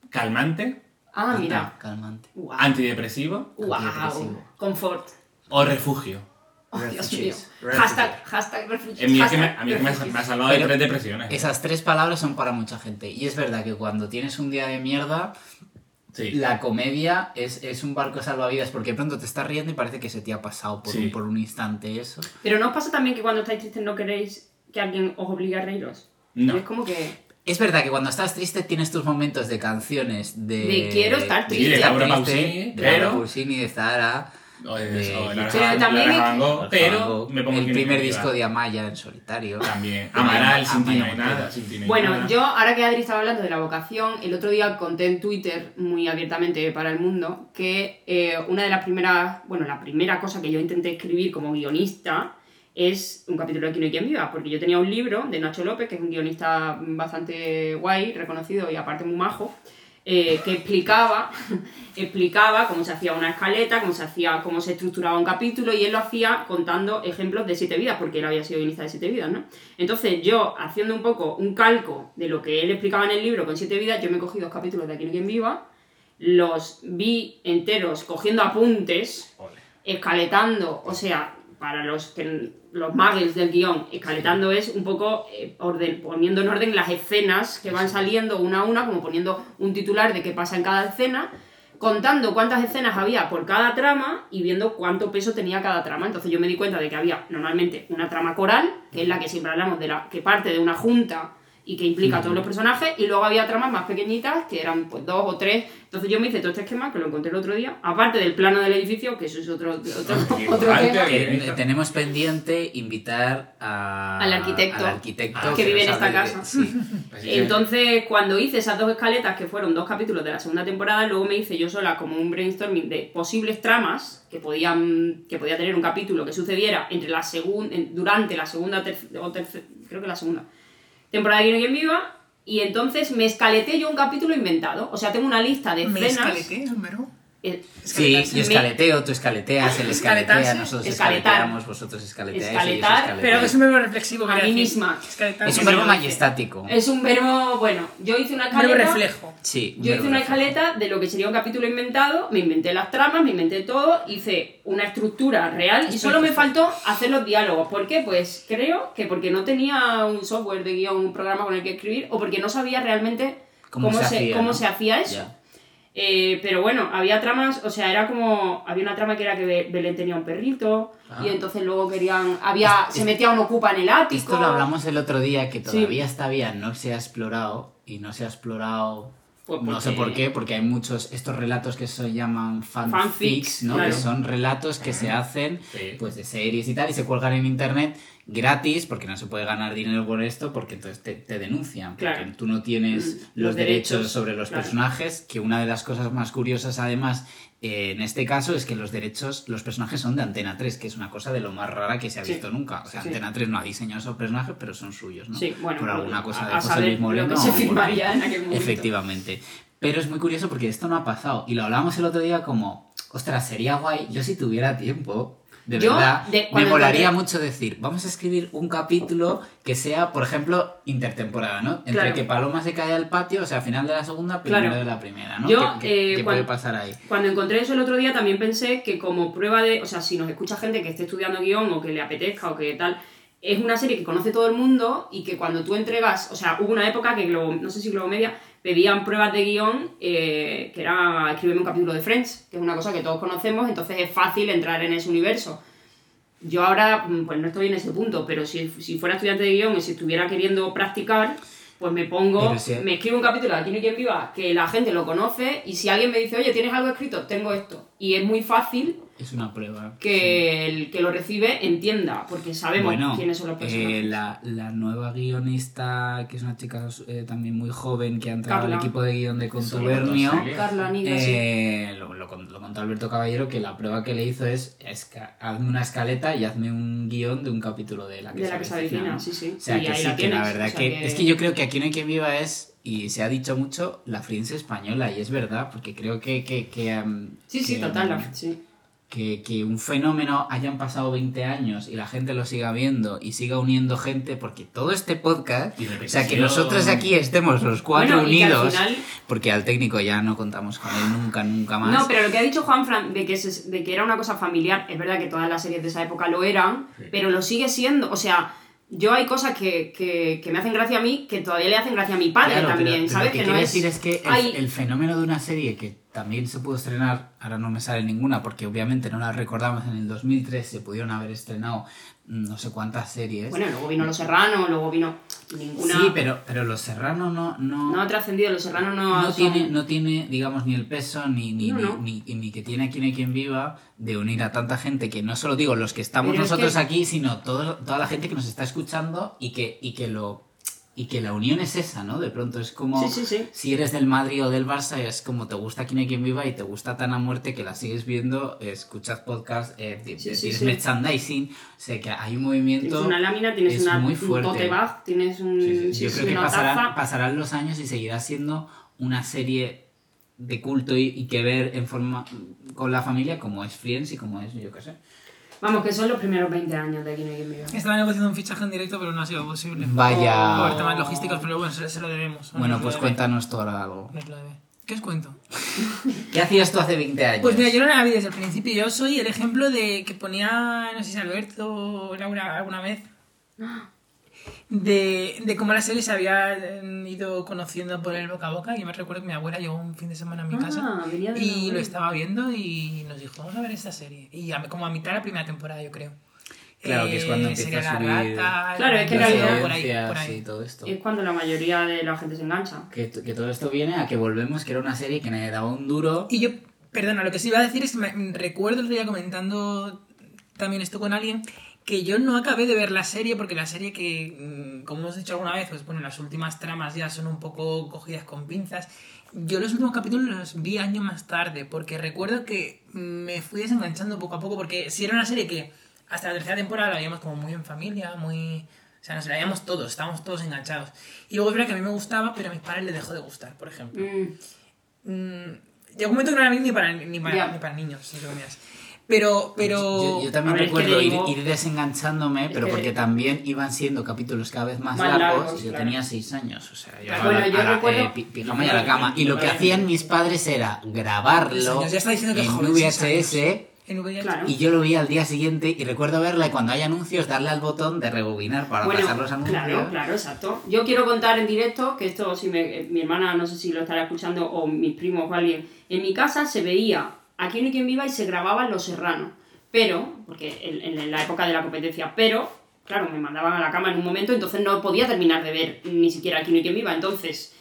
[SPEAKER 5] calmante,
[SPEAKER 1] Ah,
[SPEAKER 2] Anda,
[SPEAKER 1] mira.
[SPEAKER 2] Calmante.
[SPEAKER 1] Guau.
[SPEAKER 5] antidepresivo
[SPEAKER 1] Wow.
[SPEAKER 2] antidepresivo.
[SPEAKER 1] Confort.
[SPEAKER 5] o refugio.
[SPEAKER 1] Oh, Dios mío.
[SPEAKER 2] Refugees.
[SPEAKER 1] Hashtag, hashtag refugees.
[SPEAKER 5] En mí es Eh, que me,
[SPEAKER 1] hashtag
[SPEAKER 5] a mí es que me ha-
[SPEAKER 1] refugees.
[SPEAKER 5] me ha salvado de
[SPEAKER 2] Pero
[SPEAKER 5] tres depresiones.
[SPEAKER 2] Esas tres palabras son para mucha gente. Y es verdad que cuando tienes un día de mierda,
[SPEAKER 5] Sí.
[SPEAKER 2] la comedia es, es un barco salvavidas, porque pronto te estás riendo y parece que se te ha pasado por,
[SPEAKER 5] Sí.
[SPEAKER 2] un, por un instante eso.
[SPEAKER 1] Pero ¿no os pasa también que cuando estáis tristes no queréis que alguien os obligue a reíros?
[SPEAKER 5] No.
[SPEAKER 1] Es como que...
[SPEAKER 2] Es verdad que cuando estás triste tienes tus momentos de canciones de...
[SPEAKER 1] De quiero
[SPEAKER 2] de
[SPEAKER 1] estar triste.
[SPEAKER 2] quiero estar
[SPEAKER 5] Y de Laura
[SPEAKER 2] triste,
[SPEAKER 5] Pausini,
[SPEAKER 2] de Laura
[SPEAKER 5] pero-
[SPEAKER 2] Pausini, de Zara,
[SPEAKER 5] O de- o de la
[SPEAKER 1] Pero
[SPEAKER 5] Raja-
[SPEAKER 1] también
[SPEAKER 5] la Raja
[SPEAKER 1] es-
[SPEAKER 5] Van Gogh, pero me pongo
[SPEAKER 2] el
[SPEAKER 5] quien
[SPEAKER 2] primer
[SPEAKER 5] me diga.
[SPEAKER 2] disco de Amaya en solitario.
[SPEAKER 5] También. Amaral, sin ti no hay
[SPEAKER 2] Amaral.
[SPEAKER 5] nada. sin ti no hay
[SPEAKER 1] Bueno,
[SPEAKER 5] nada.
[SPEAKER 1] yo, ahora que Adri estaba hablando de la vocación, el otro día conté en Twitter, muy abiertamente para el mundo, que eh, una de las primeras, bueno, la primera cosa que yo intenté escribir como guionista es un capítulo de Aquí no hay quien viva, porque yo tenía un libro de Nacho López, que es un guionista bastante guay, reconocido y aparte muy majo, eh, que explicaba, explicaba cómo se hacía una escaleta, cómo se hacía, cómo se estructuraba un capítulo, y él lo hacía contando ejemplos de siete vidas, porque él había sido guionista de siete vidas, ¿no? Entonces, yo, haciendo un poco un calco de lo que él explicaba en el libro con siete vidas, yo me cogí dos capítulos de Aquí no hay quien viva, los vi enteros cogiendo apuntes, escaletando, o sea, para los que los muggles del guión, escaletando es un poco eh, orden, poniendo en orden las escenas que van saliendo una a una, como poniendo un titular de qué pasa en cada escena, contando cuántas escenas había por cada trama y viendo cuánto peso tenía cada trama. Entonces yo me di cuenta de que había normalmente una trama coral, que es la que siempre hablamos de la que parte de una junta y que implica a todos los personajes, y luego había tramas más pequeñitas, que eran pues dos o tres. Entonces yo me hice todo este esquema, que lo encontré el otro día, aparte del plano del edificio, que eso es otro, otro, otro
[SPEAKER 5] guay,
[SPEAKER 1] tema.
[SPEAKER 5] qué
[SPEAKER 2] Que eh,
[SPEAKER 5] Bien,
[SPEAKER 2] tenemos pendiente invitar a-
[SPEAKER 1] Al arquitecto.
[SPEAKER 2] al arquitecto
[SPEAKER 5] Ah,
[SPEAKER 1] que vive en
[SPEAKER 2] nos
[SPEAKER 1] esta
[SPEAKER 2] hable de-
[SPEAKER 1] casa.
[SPEAKER 2] sí.
[SPEAKER 5] Así que-
[SPEAKER 1] Entonces, cuando hice esas dos escaletas, que fueron dos capítulos de la segunda temporada, luego me hice yo sola como un brainstorming de posibles tramas que podían que podía tener un capítulo que sucediera entre la segunda durante la segunda terc- o terce- creo que la segunda temporada de Quién es quien viva y entonces me escaleté yo un capítulo inventado. O sea, tengo una lista de
[SPEAKER 3] Me
[SPEAKER 1] escenas.
[SPEAKER 3] escaleté, Homero.
[SPEAKER 1] Eh,
[SPEAKER 2] Sí, yo
[SPEAKER 1] Me-
[SPEAKER 2] escaleteo, tú escaleteas, él escaletea,
[SPEAKER 3] Escaletarse.
[SPEAKER 2] nosotros
[SPEAKER 1] Escaletar.
[SPEAKER 2] escaleteamos, vosotros escaleteáis, ellos
[SPEAKER 1] Escaletar,
[SPEAKER 2] escaletean.
[SPEAKER 3] Pero es un verbo reflexivo.
[SPEAKER 1] A
[SPEAKER 3] quería
[SPEAKER 1] mí
[SPEAKER 3] decir.
[SPEAKER 1] misma.
[SPEAKER 3] Escaletar.
[SPEAKER 2] Es un
[SPEAKER 1] verbo
[SPEAKER 2] verbo majestático.
[SPEAKER 1] Es un verbo, bueno, yo hice una
[SPEAKER 3] Un verbo
[SPEAKER 1] escaleta.
[SPEAKER 3] reflejo.
[SPEAKER 2] Sí, un
[SPEAKER 1] Yo hice
[SPEAKER 2] verbo
[SPEAKER 1] una
[SPEAKER 2] reflejo.
[SPEAKER 1] escaleta de lo que sería un capítulo inventado, me inventé las tramas, me inventé todo, hice una estructura real y solo me faltó hacer los diálogos. ¿Por qué? Pues creo que porque no tenía un software de guión, un programa con el que escribir, o porque no sabía realmente cómo, se,
[SPEAKER 2] hacía,
[SPEAKER 1] cómo
[SPEAKER 2] no?
[SPEAKER 1] se hacía eso.
[SPEAKER 2] Ya.
[SPEAKER 1] Eh, pero bueno, había tramas, o sea, era como. Había una trama que era que Be- Belén tenía un perrito,
[SPEAKER 2] Ah.
[SPEAKER 1] y entonces luego querían. había Se metía un ocupa en el ático.
[SPEAKER 2] Esto lo hablamos el otro día, que todavía está bien, no se ha explorado, y no se ha explorado...
[SPEAKER 1] Pues
[SPEAKER 2] No sé
[SPEAKER 1] porque-
[SPEAKER 2] por qué, porque hay muchos, estos relatos que se llaman fanfics,
[SPEAKER 1] Fanfics,
[SPEAKER 2] ¿no?
[SPEAKER 1] claro.
[SPEAKER 2] Que son relatos que se hacen
[SPEAKER 5] Sí.
[SPEAKER 2] pues de series y tal, y se cuelgan en internet gratis, porque no se puede ganar dinero por esto, porque entonces te, te denuncian, porque
[SPEAKER 1] Claro.
[SPEAKER 2] tú no tienes
[SPEAKER 1] Mm,
[SPEAKER 2] los
[SPEAKER 1] los
[SPEAKER 2] derechos,
[SPEAKER 1] derechos,
[SPEAKER 2] sobre los
[SPEAKER 1] claro.
[SPEAKER 2] personajes, que una de las cosas más curiosas además eh, en este caso es que los derechos, los personajes son de Antena 3, que es una cosa de lo más rara que se ha
[SPEAKER 1] Sí.
[SPEAKER 2] visto nunca. O sea,
[SPEAKER 1] Sí.
[SPEAKER 2] Antena 3 no ha diseñado esos personajes, pero son suyos, ¿no?
[SPEAKER 1] Sí, bueno,
[SPEAKER 2] por alguna cosa
[SPEAKER 1] a-
[SPEAKER 2] de
[SPEAKER 1] a
[SPEAKER 2] José
[SPEAKER 1] saber
[SPEAKER 2] Luis
[SPEAKER 1] lo
[SPEAKER 2] Moreno.
[SPEAKER 1] que se
[SPEAKER 2] o por-
[SPEAKER 1] firmaría en aquel momento.
[SPEAKER 2] Efectivamente. Pero es muy curioso porque esto no ha pasado. Y lo hablábamos el otro día como, ostras, sería guay, yo si tuviera tiempo. De
[SPEAKER 1] Yo,
[SPEAKER 2] verdad,
[SPEAKER 1] de-
[SPEAKER 2] me
[SPEAKER 1] cuando
[SPEAKER 2] molaría
[SPEAKER 1] encontré-
[SPEAKER 2] mucho decir, vamos a escribir un capítulo que sea, por ejemplo, intertemporada, ¿no? Entre
[SPEAKER 1] Claro.
[SPEAKER 2] que Paloma se cae al patio, o sea, final de la segunda, primero
[SPEAKER 1] Claro.
[SPEAKER 2] de la primera, ¿no?
[SPEAKER 1] Yo,
[SPEAKER 2] ¿Qué- qué-
[SPEAKER 1] eh,
[SPEAKER 2] qué
[SPEAKER 1] cuan-
[SPEAKER 2] puede pasar ahí?
[SPEAKER 1] Cuando encontré eso el otro día también pensé que como prueba de, o sea, si nos escucha gente que esté estudiando guión o que le apetezca o que tal, es una serie que conoce todo el mundo y que cuando tú entregas, o sea, hubo una época que Globo, no sé si Globo Media, pedían pruebas de guión, eh, que era escribirme un capítulo de Friends, que es una cosa que todos conocemos, entonces es fácil entrar en ese universo. Yo ahora, mm, pues no estoy en ese punto, pero si, si fuera estudiante de guión y si estuviera queriendo practicar, pues me pongo,
[SPEAKER 2] Pero si-
[SPEAKER 1] me escribo un capítulo de Aquí no hay quien viva, que la gente lo conoce, y si alguien me dice, oye, ¿tienes algo escrito? Tengo esto. Y es muy fácil
[SPEAKER 2] Es una prueba.
[SPEAKER 1] que el que lo recibe entienda, porque sabemos
[SPEAKER 2] Bueno,
[SPEAKER 1] quiénes son los
[SPEAKER 2] eh,
[SPEAKER 1] personajes.
[SPEAKER 2] la, la nueva guionista, que es una chica eh, también muy joven que ha entrado
[SPEAKER 1] Carla.
[SPEAKER 2] al equipo de guión de
[SPEAKER 5] Son los dos
[SPEAKER 2] Contubernio,
[SPEAKER 5] aliens.
[SPEAKER 1] Carla Nida, sí.
[SPEAKER 2] eh, lo, lo con- lo contó Alberto Caballero que la prueba que le hizo es, esca- hazme una escaleta y hazme un guión de un capítulo de la que,
[SPEAKER 1] De
[SPEAKER 2] se,
[SPEAKER 1] la que se
[SPEAKER 2] avecina,
[SPEAKER 1] avecina,
[SPEAKER 2] ¿no?
[SPEAKER 1] sí, sí.
[SPEAKER 2] O sea,
[SPEAKER 1] Y
[SPEAKER 2] que
[SPEAKER 1] ahí
[SPEAKER 2] sí,
[SPEAKER 1] la
[SPEAKER 2] que
[SPEAKER 1] tienes,
[SPEAKER 2] la
[SPEAKER 1] o
[SPEAKER 2] verdad
[SPEAKER 1] sea
[SPEAKER 2] que, Es que yo creo que Aquí no hay quien viva es, y se ha dicho mucho, la prensa española, y es verdad, porque creo que... que, que, em,
[SPEAKER 1] Sí, sí,
[SPEAKER 2] que,
[SPEAKER 1] total,
[SPEAKER 2] em,
[SPEAKER 1] la- sí.
[SPEAKER 2] que, que un fenómeno hayan pasado 20 años y la gente lo siga viendo y siga uniendo gente, porque todo este podcast,
[SPEAKER 5] Y
[SPEAKER 2] o sea, que
[SPEAKER 5] repetición.
[SPEAKER 2] nosotros aquí estemos los cuatro
[SPEAKER 1] Bueno, y que al
[SPEAKER 2] unidos,
[SPEAKER 1] final-
[SPEAKER 2] porque al técnico ya no contamos con él nunca, nunca más.
[SPEAKER 1] No, pero lo que ha dicho Juanfran de que, se- de que era una cosa familiar, es verdad que todas las series de esa época lo eran, pero lo sigue siendo. O sea, yo hay cosas que, que- que me hacen gracia a mí que todavía le hacen gracia a mi padre
[SPEAKER 2] Claro,
[SPEAKER 1] también,
[SPEAKER 2] pero- pero
[SPEAKER 1] ¿sabes?
[SPEAKER 2] Lo que,
[SPEAKER 1] que no
[SPEAKER 2] quiero
[SPEAKER 1] es.
[SPEAKER 2] decir es que el,
[SPEAKER 1] Ay,
[SPEAKER 2] el fenómeno de una serie que también se pudo estrenar, ahora no me sale ninguna porque obviamente no la recordamos, en el 2003 se pudieron haber estrenado mm, no sé cuántas series.
[SPEAKER 1] Bueno, luego vino Los Serranos, luego vino ninguna.
[SPEAKER 2] sí, pero, pero Los Serrano no... no...
[SPEAKER 1] No ha trascendido, Los Serranos no,
[SPEAKER 2] no,
[SPEAKER 1] son-
[SPEAKER 2] tiene, no tiene, digamos, ni el peso, ni, ni,
[SPEAKER 1] No,
[SPEAKER 2] ni-
[SPEAKER 1] no.
[SPEAKER 2] Ni, ni que tiene quien hay quien viva, de unir a tanta gente que no solo digo los que estamos
[SPEAKER 1] Pero es
[SPEAKER 2] nosotros
[SPEAKER 1] que-
[SPEAKER 2] aquí, sino todo, toda la gente que nos está escuchando y que, y que lo. Y que la unión es esa, ¿no? De pronto es como
[SPEAKER 1] Sí, sí, sí.
[SPEAKER 2] si eres del Madrid o del Barça, es como te gusta quien hay quien viva y te gusta tan a muerte que la sigues viendo, escuchas podcast, eh, ti-
[SPEAKER 1] Sí, sí,
[SPEAKER 2] tienes
[SPEAKER 1] sí.
[SPEAKER 2] merchandising, o sea que hay un
[SPEAKER 1] Tienes
[SPEAKER 2] movimiento.
[SPEAKER 1] una lámina, tienes
[SPEAKER 2] es
[SPEAKER 1] una,
[SPEAKER 2] muy
[SPEAKER 1] un
[SPEAKER 2] fuerte.
[SPEAKER 1] tote bag, tienes un,
[SPEAKER 3] Mm,
[SPEAKER 5] Sí, sí,
[SPEAKER 2] Yo
[SPEAKER 1] sí,
[SPEAKER 2] creo que
[SPEAKER 1] una
[SPEAKER 2] pasarán,
[SPEAKER 1] taza.
[SPEAKER 2] pasarán los años y seguirá siendo una serie de culto y, y que ver en forma con la familia como es Friends y como es yo qué sé.
[SPEAKER 1] Vamos, que son los primeros 20 años de Aquí no hay quien viva.
[SPEAKER 3] Estaban negociando un fichaje en directo, pero no ha sido posible. Por
[SPEAKER 2] Vaya.
[SPEAKER 1] Oh.
[SPEAKER 3] temas logísticos, pero bueno, se, se lo debemos.
[SPEAKER 2] Bueno,
[SPEAKER 3] Nos
[SPEAKER 2] pues
[SPEAKER 3] lo debe.
[SPEAKER 2] cuéntanos tú ahora algo.
[SPEAKER 3] Nos lo debe. ¿Qué os cuento?
[SPEAKER 2] ¿Qué hacías tú hace 20 años?
[SPEAKER 3] Pues mira, yo no la vi desde el principio. Yo soy el ejemplo de que ponía, no sé si Alberto o Laura alguna vez, de, de cómo las series se habían ido conociendo por el boca a boca. Yo me recuerdo que mi abuela llegó un fin de semana a mi
[SPEAKER 1] Ah,
[SPEAKER 3] casa
[SPEAKER 1] venía de la
[SPEAKER 3] y lo
[SPEAKER 1] abuela.
[SPEAKER 3] estaba viendo y nos dijo, vamos a ver esta serie. Y a- como a mitad de la primera temporada, yo creo. Eh,
[SPEAKER 2] Claro, que es cuando empieza
[SPEAKER 3] sería
[SPEAKER 2] a
[SPEAKER 3] La
[SPEAKER 2] subir
[SPEAKER 3] Rata,
[SPEAKER 1] Claro, es que en
[SPEAKER 3] Yo
[SPEAKER 1] realidad-
[SPEAKER 3] por ahí, por
[SPEAKER 2] Referencias
[SPEAKER 3] ahí.
[SPEAKER 2] y todo esto.
[SPEAKER 1] Es cuando la mayoría de la gente se engancha.
[SPEAKER 2] Que, t- que todo esto viene a que volvemos, que era una serie que me daba un duro.
[SPEAKER 3] Y yo, perdona, lo que sí iba a decir es que me- me recuerdo el otro día comentando también esto con alguien, que yo no acabé de ver la serie porque la serie que, mm, como hemos dicho alguna vez, pues bueno, las últimas tramas ya son un poco cogidas con pinzas. Yo los últimos capítulos los vi años más tarde porque recuerdo que me fui desenganchando poco a poco porque si era una serie que hasta la tercera temporada la veíamos como muy en familia, muy... O sea, nos la veíamos todos, estábamos todos enganchados. Y luego es verdad que a mí me gustaba, pero a mis padres les dejó de gustar, por ejemplo.
[SPEAKER 1] Mm.
[SPEAKER 3] Mm, llegó un momento que no era ni para, ni para,
[SPEAKER 1] Ya.
[SPEAKER 3] ni para niños, entre comillas. Pero, pero.
[SPEAKER 2] Yo, yo también
[SPEAKER 1] A ver, es que
[SPEAKER 2] recuerdo
[SPEAKER 1] le
[SPEAKER 2] ir,
[SPEAKER 1] digo-
[SPEAKER 2] ir desenganchándome, pero
[SPEAKER 1] que-
[SPEAKER 2] porque también iban siendo capítulos cada vez más,
[SPEAKER 1] Más
[SPEAKER 2] largos,
[SPEAKER 1] largos,
[SPEAKER 2] y yo
[SPEAKER 1] claro. Ah,
[SPEAKER 2] tenía seis años. O sea, yo,
[SPEAKER 3] Bueno,
[SPEAKER 2] a la-
[SPEAKER 1] yo
[SPEAKER 2] a la-
[SPEAKER 1] recuerdo-
[SPEAKER 2] eh, pi- pijama y a la cama. Y lo que
[SPEAKER 5] Claro.
[SPEAKER 2] hacían mis padres era
[SPEAKER 3] Seis
[SPEAKER 2] grabarlo
[SPEAKER 3] años, ya está diciendo que
[SPEAKER 2] en
[SPEAKER 3] joven, seis
[SPEAKER 2] VHS.
[SPEAKER 3] en VIH.
[SPEAKER 1] Claro.
[SPEAKER 2] Y yo lo vi al día siguiente y recuerdo verla y cuando hay anuncios darle al botón de rebobinar para pasar los anuncios.
[SPEAKER 1] Claro, claro, exacto. Yo quiero contar en directo que esto, si me- eh, mi hermana no sé si lo estará escuchando o mis primos o alguien, en mi casa se veía Aquí no hay quien viva y se grababan Los Serranos. Pero, porque en, en la época de la competencia, pero, claro, me mandaban a la cama en un momento, entonces no podía terminar de ver ni siquiera Aquí no hay quien viva. Entonces,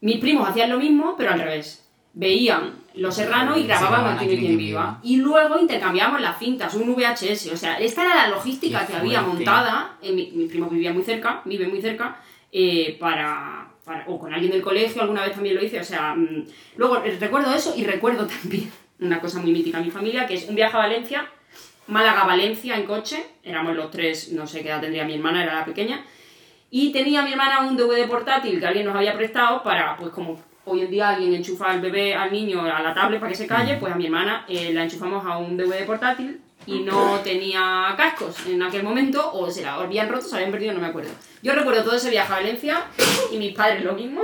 [SPEAKER 1] mis primos hacían lo mismo, pero al revés. Veían Los Serranos y
[SPEAKER 2] Se
[SPEAKER 1] grababan
[SPEAKER 2] grababan
[SPEAKER 1] Aquí no hay quien viva. Y luego intercambiábamos las cintas, un VHS. O sea, esta era la logística
[SPEAKER 2] Qué
[SPEAKER 1] que había
[SPEAKER 2] fuerte.
[SPEAKER 1] montada. eh, mi- mis primos vivían muy cerca, viven muy cerca, eh, para, para- O con alguien del colegio, alguna vez también lo hice. O sea, mm, luego eh, recuerdo eso y recuerdo también una cosa muy mítica de mi familia, que es un viaje a Valencia, Málaga-Valencia en coche. Éramos los tres, no sé qué edad tendría mi hermana, era la pequeña. Y tenía mi hermana un DVD portátil que alguien nos había prestado para, pues como hoy en día alguien enchufa al bebé, al niño, a la tablet para que se
[SPEAKER 2] Mm.
[SPEAKER 1] calle, pues a mi hermana eh, la enchufamos a un DVD portátil y no tenía cascos en aquel momento, o se la habían roto, se habían perdido, no me acuerdo. Yo recuerdo todo ese viaje a Valencia y mis padres lo mismo.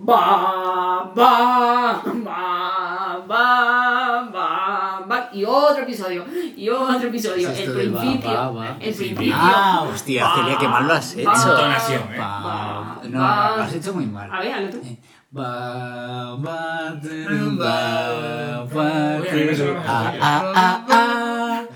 [SPEAKER 1] Va, va, va, va, va, va. Y y otro episodio, y otro episodio.
[SPEAKER 2] Es
[SPEAKER 1] el
[SPEAKER 2] esto del va,
[SPEAKER 1] principio.
[SPEAKER 2] va, va.
[SPEAKER 1] El principio.
[SPEAKER 2] Ah, hostia, Celia, qué mal lo has hecho.
[SPEAKER 5] Entonación, eh.
[SPEAKER 2] Pa-
[SPEAKER 1] Va,
[SPEAKER 2] No,
[SPEAKER 1] va.
[SPEAKER 2] lo has hecho muy mal.
[SPEAKER 1] A ver, hazlo tú.
[SPEAKER 2] Eh, va, va, teru, va, va,
[SPEAKER 5] Oye, a mí me suena
[SPEAKER 2] teru,
[SPEAKER 5] más el
[SPEAKER 2] ah,
[SPEAKER 5] tuyo.
[SPEAKER 2] ah, ah, ah,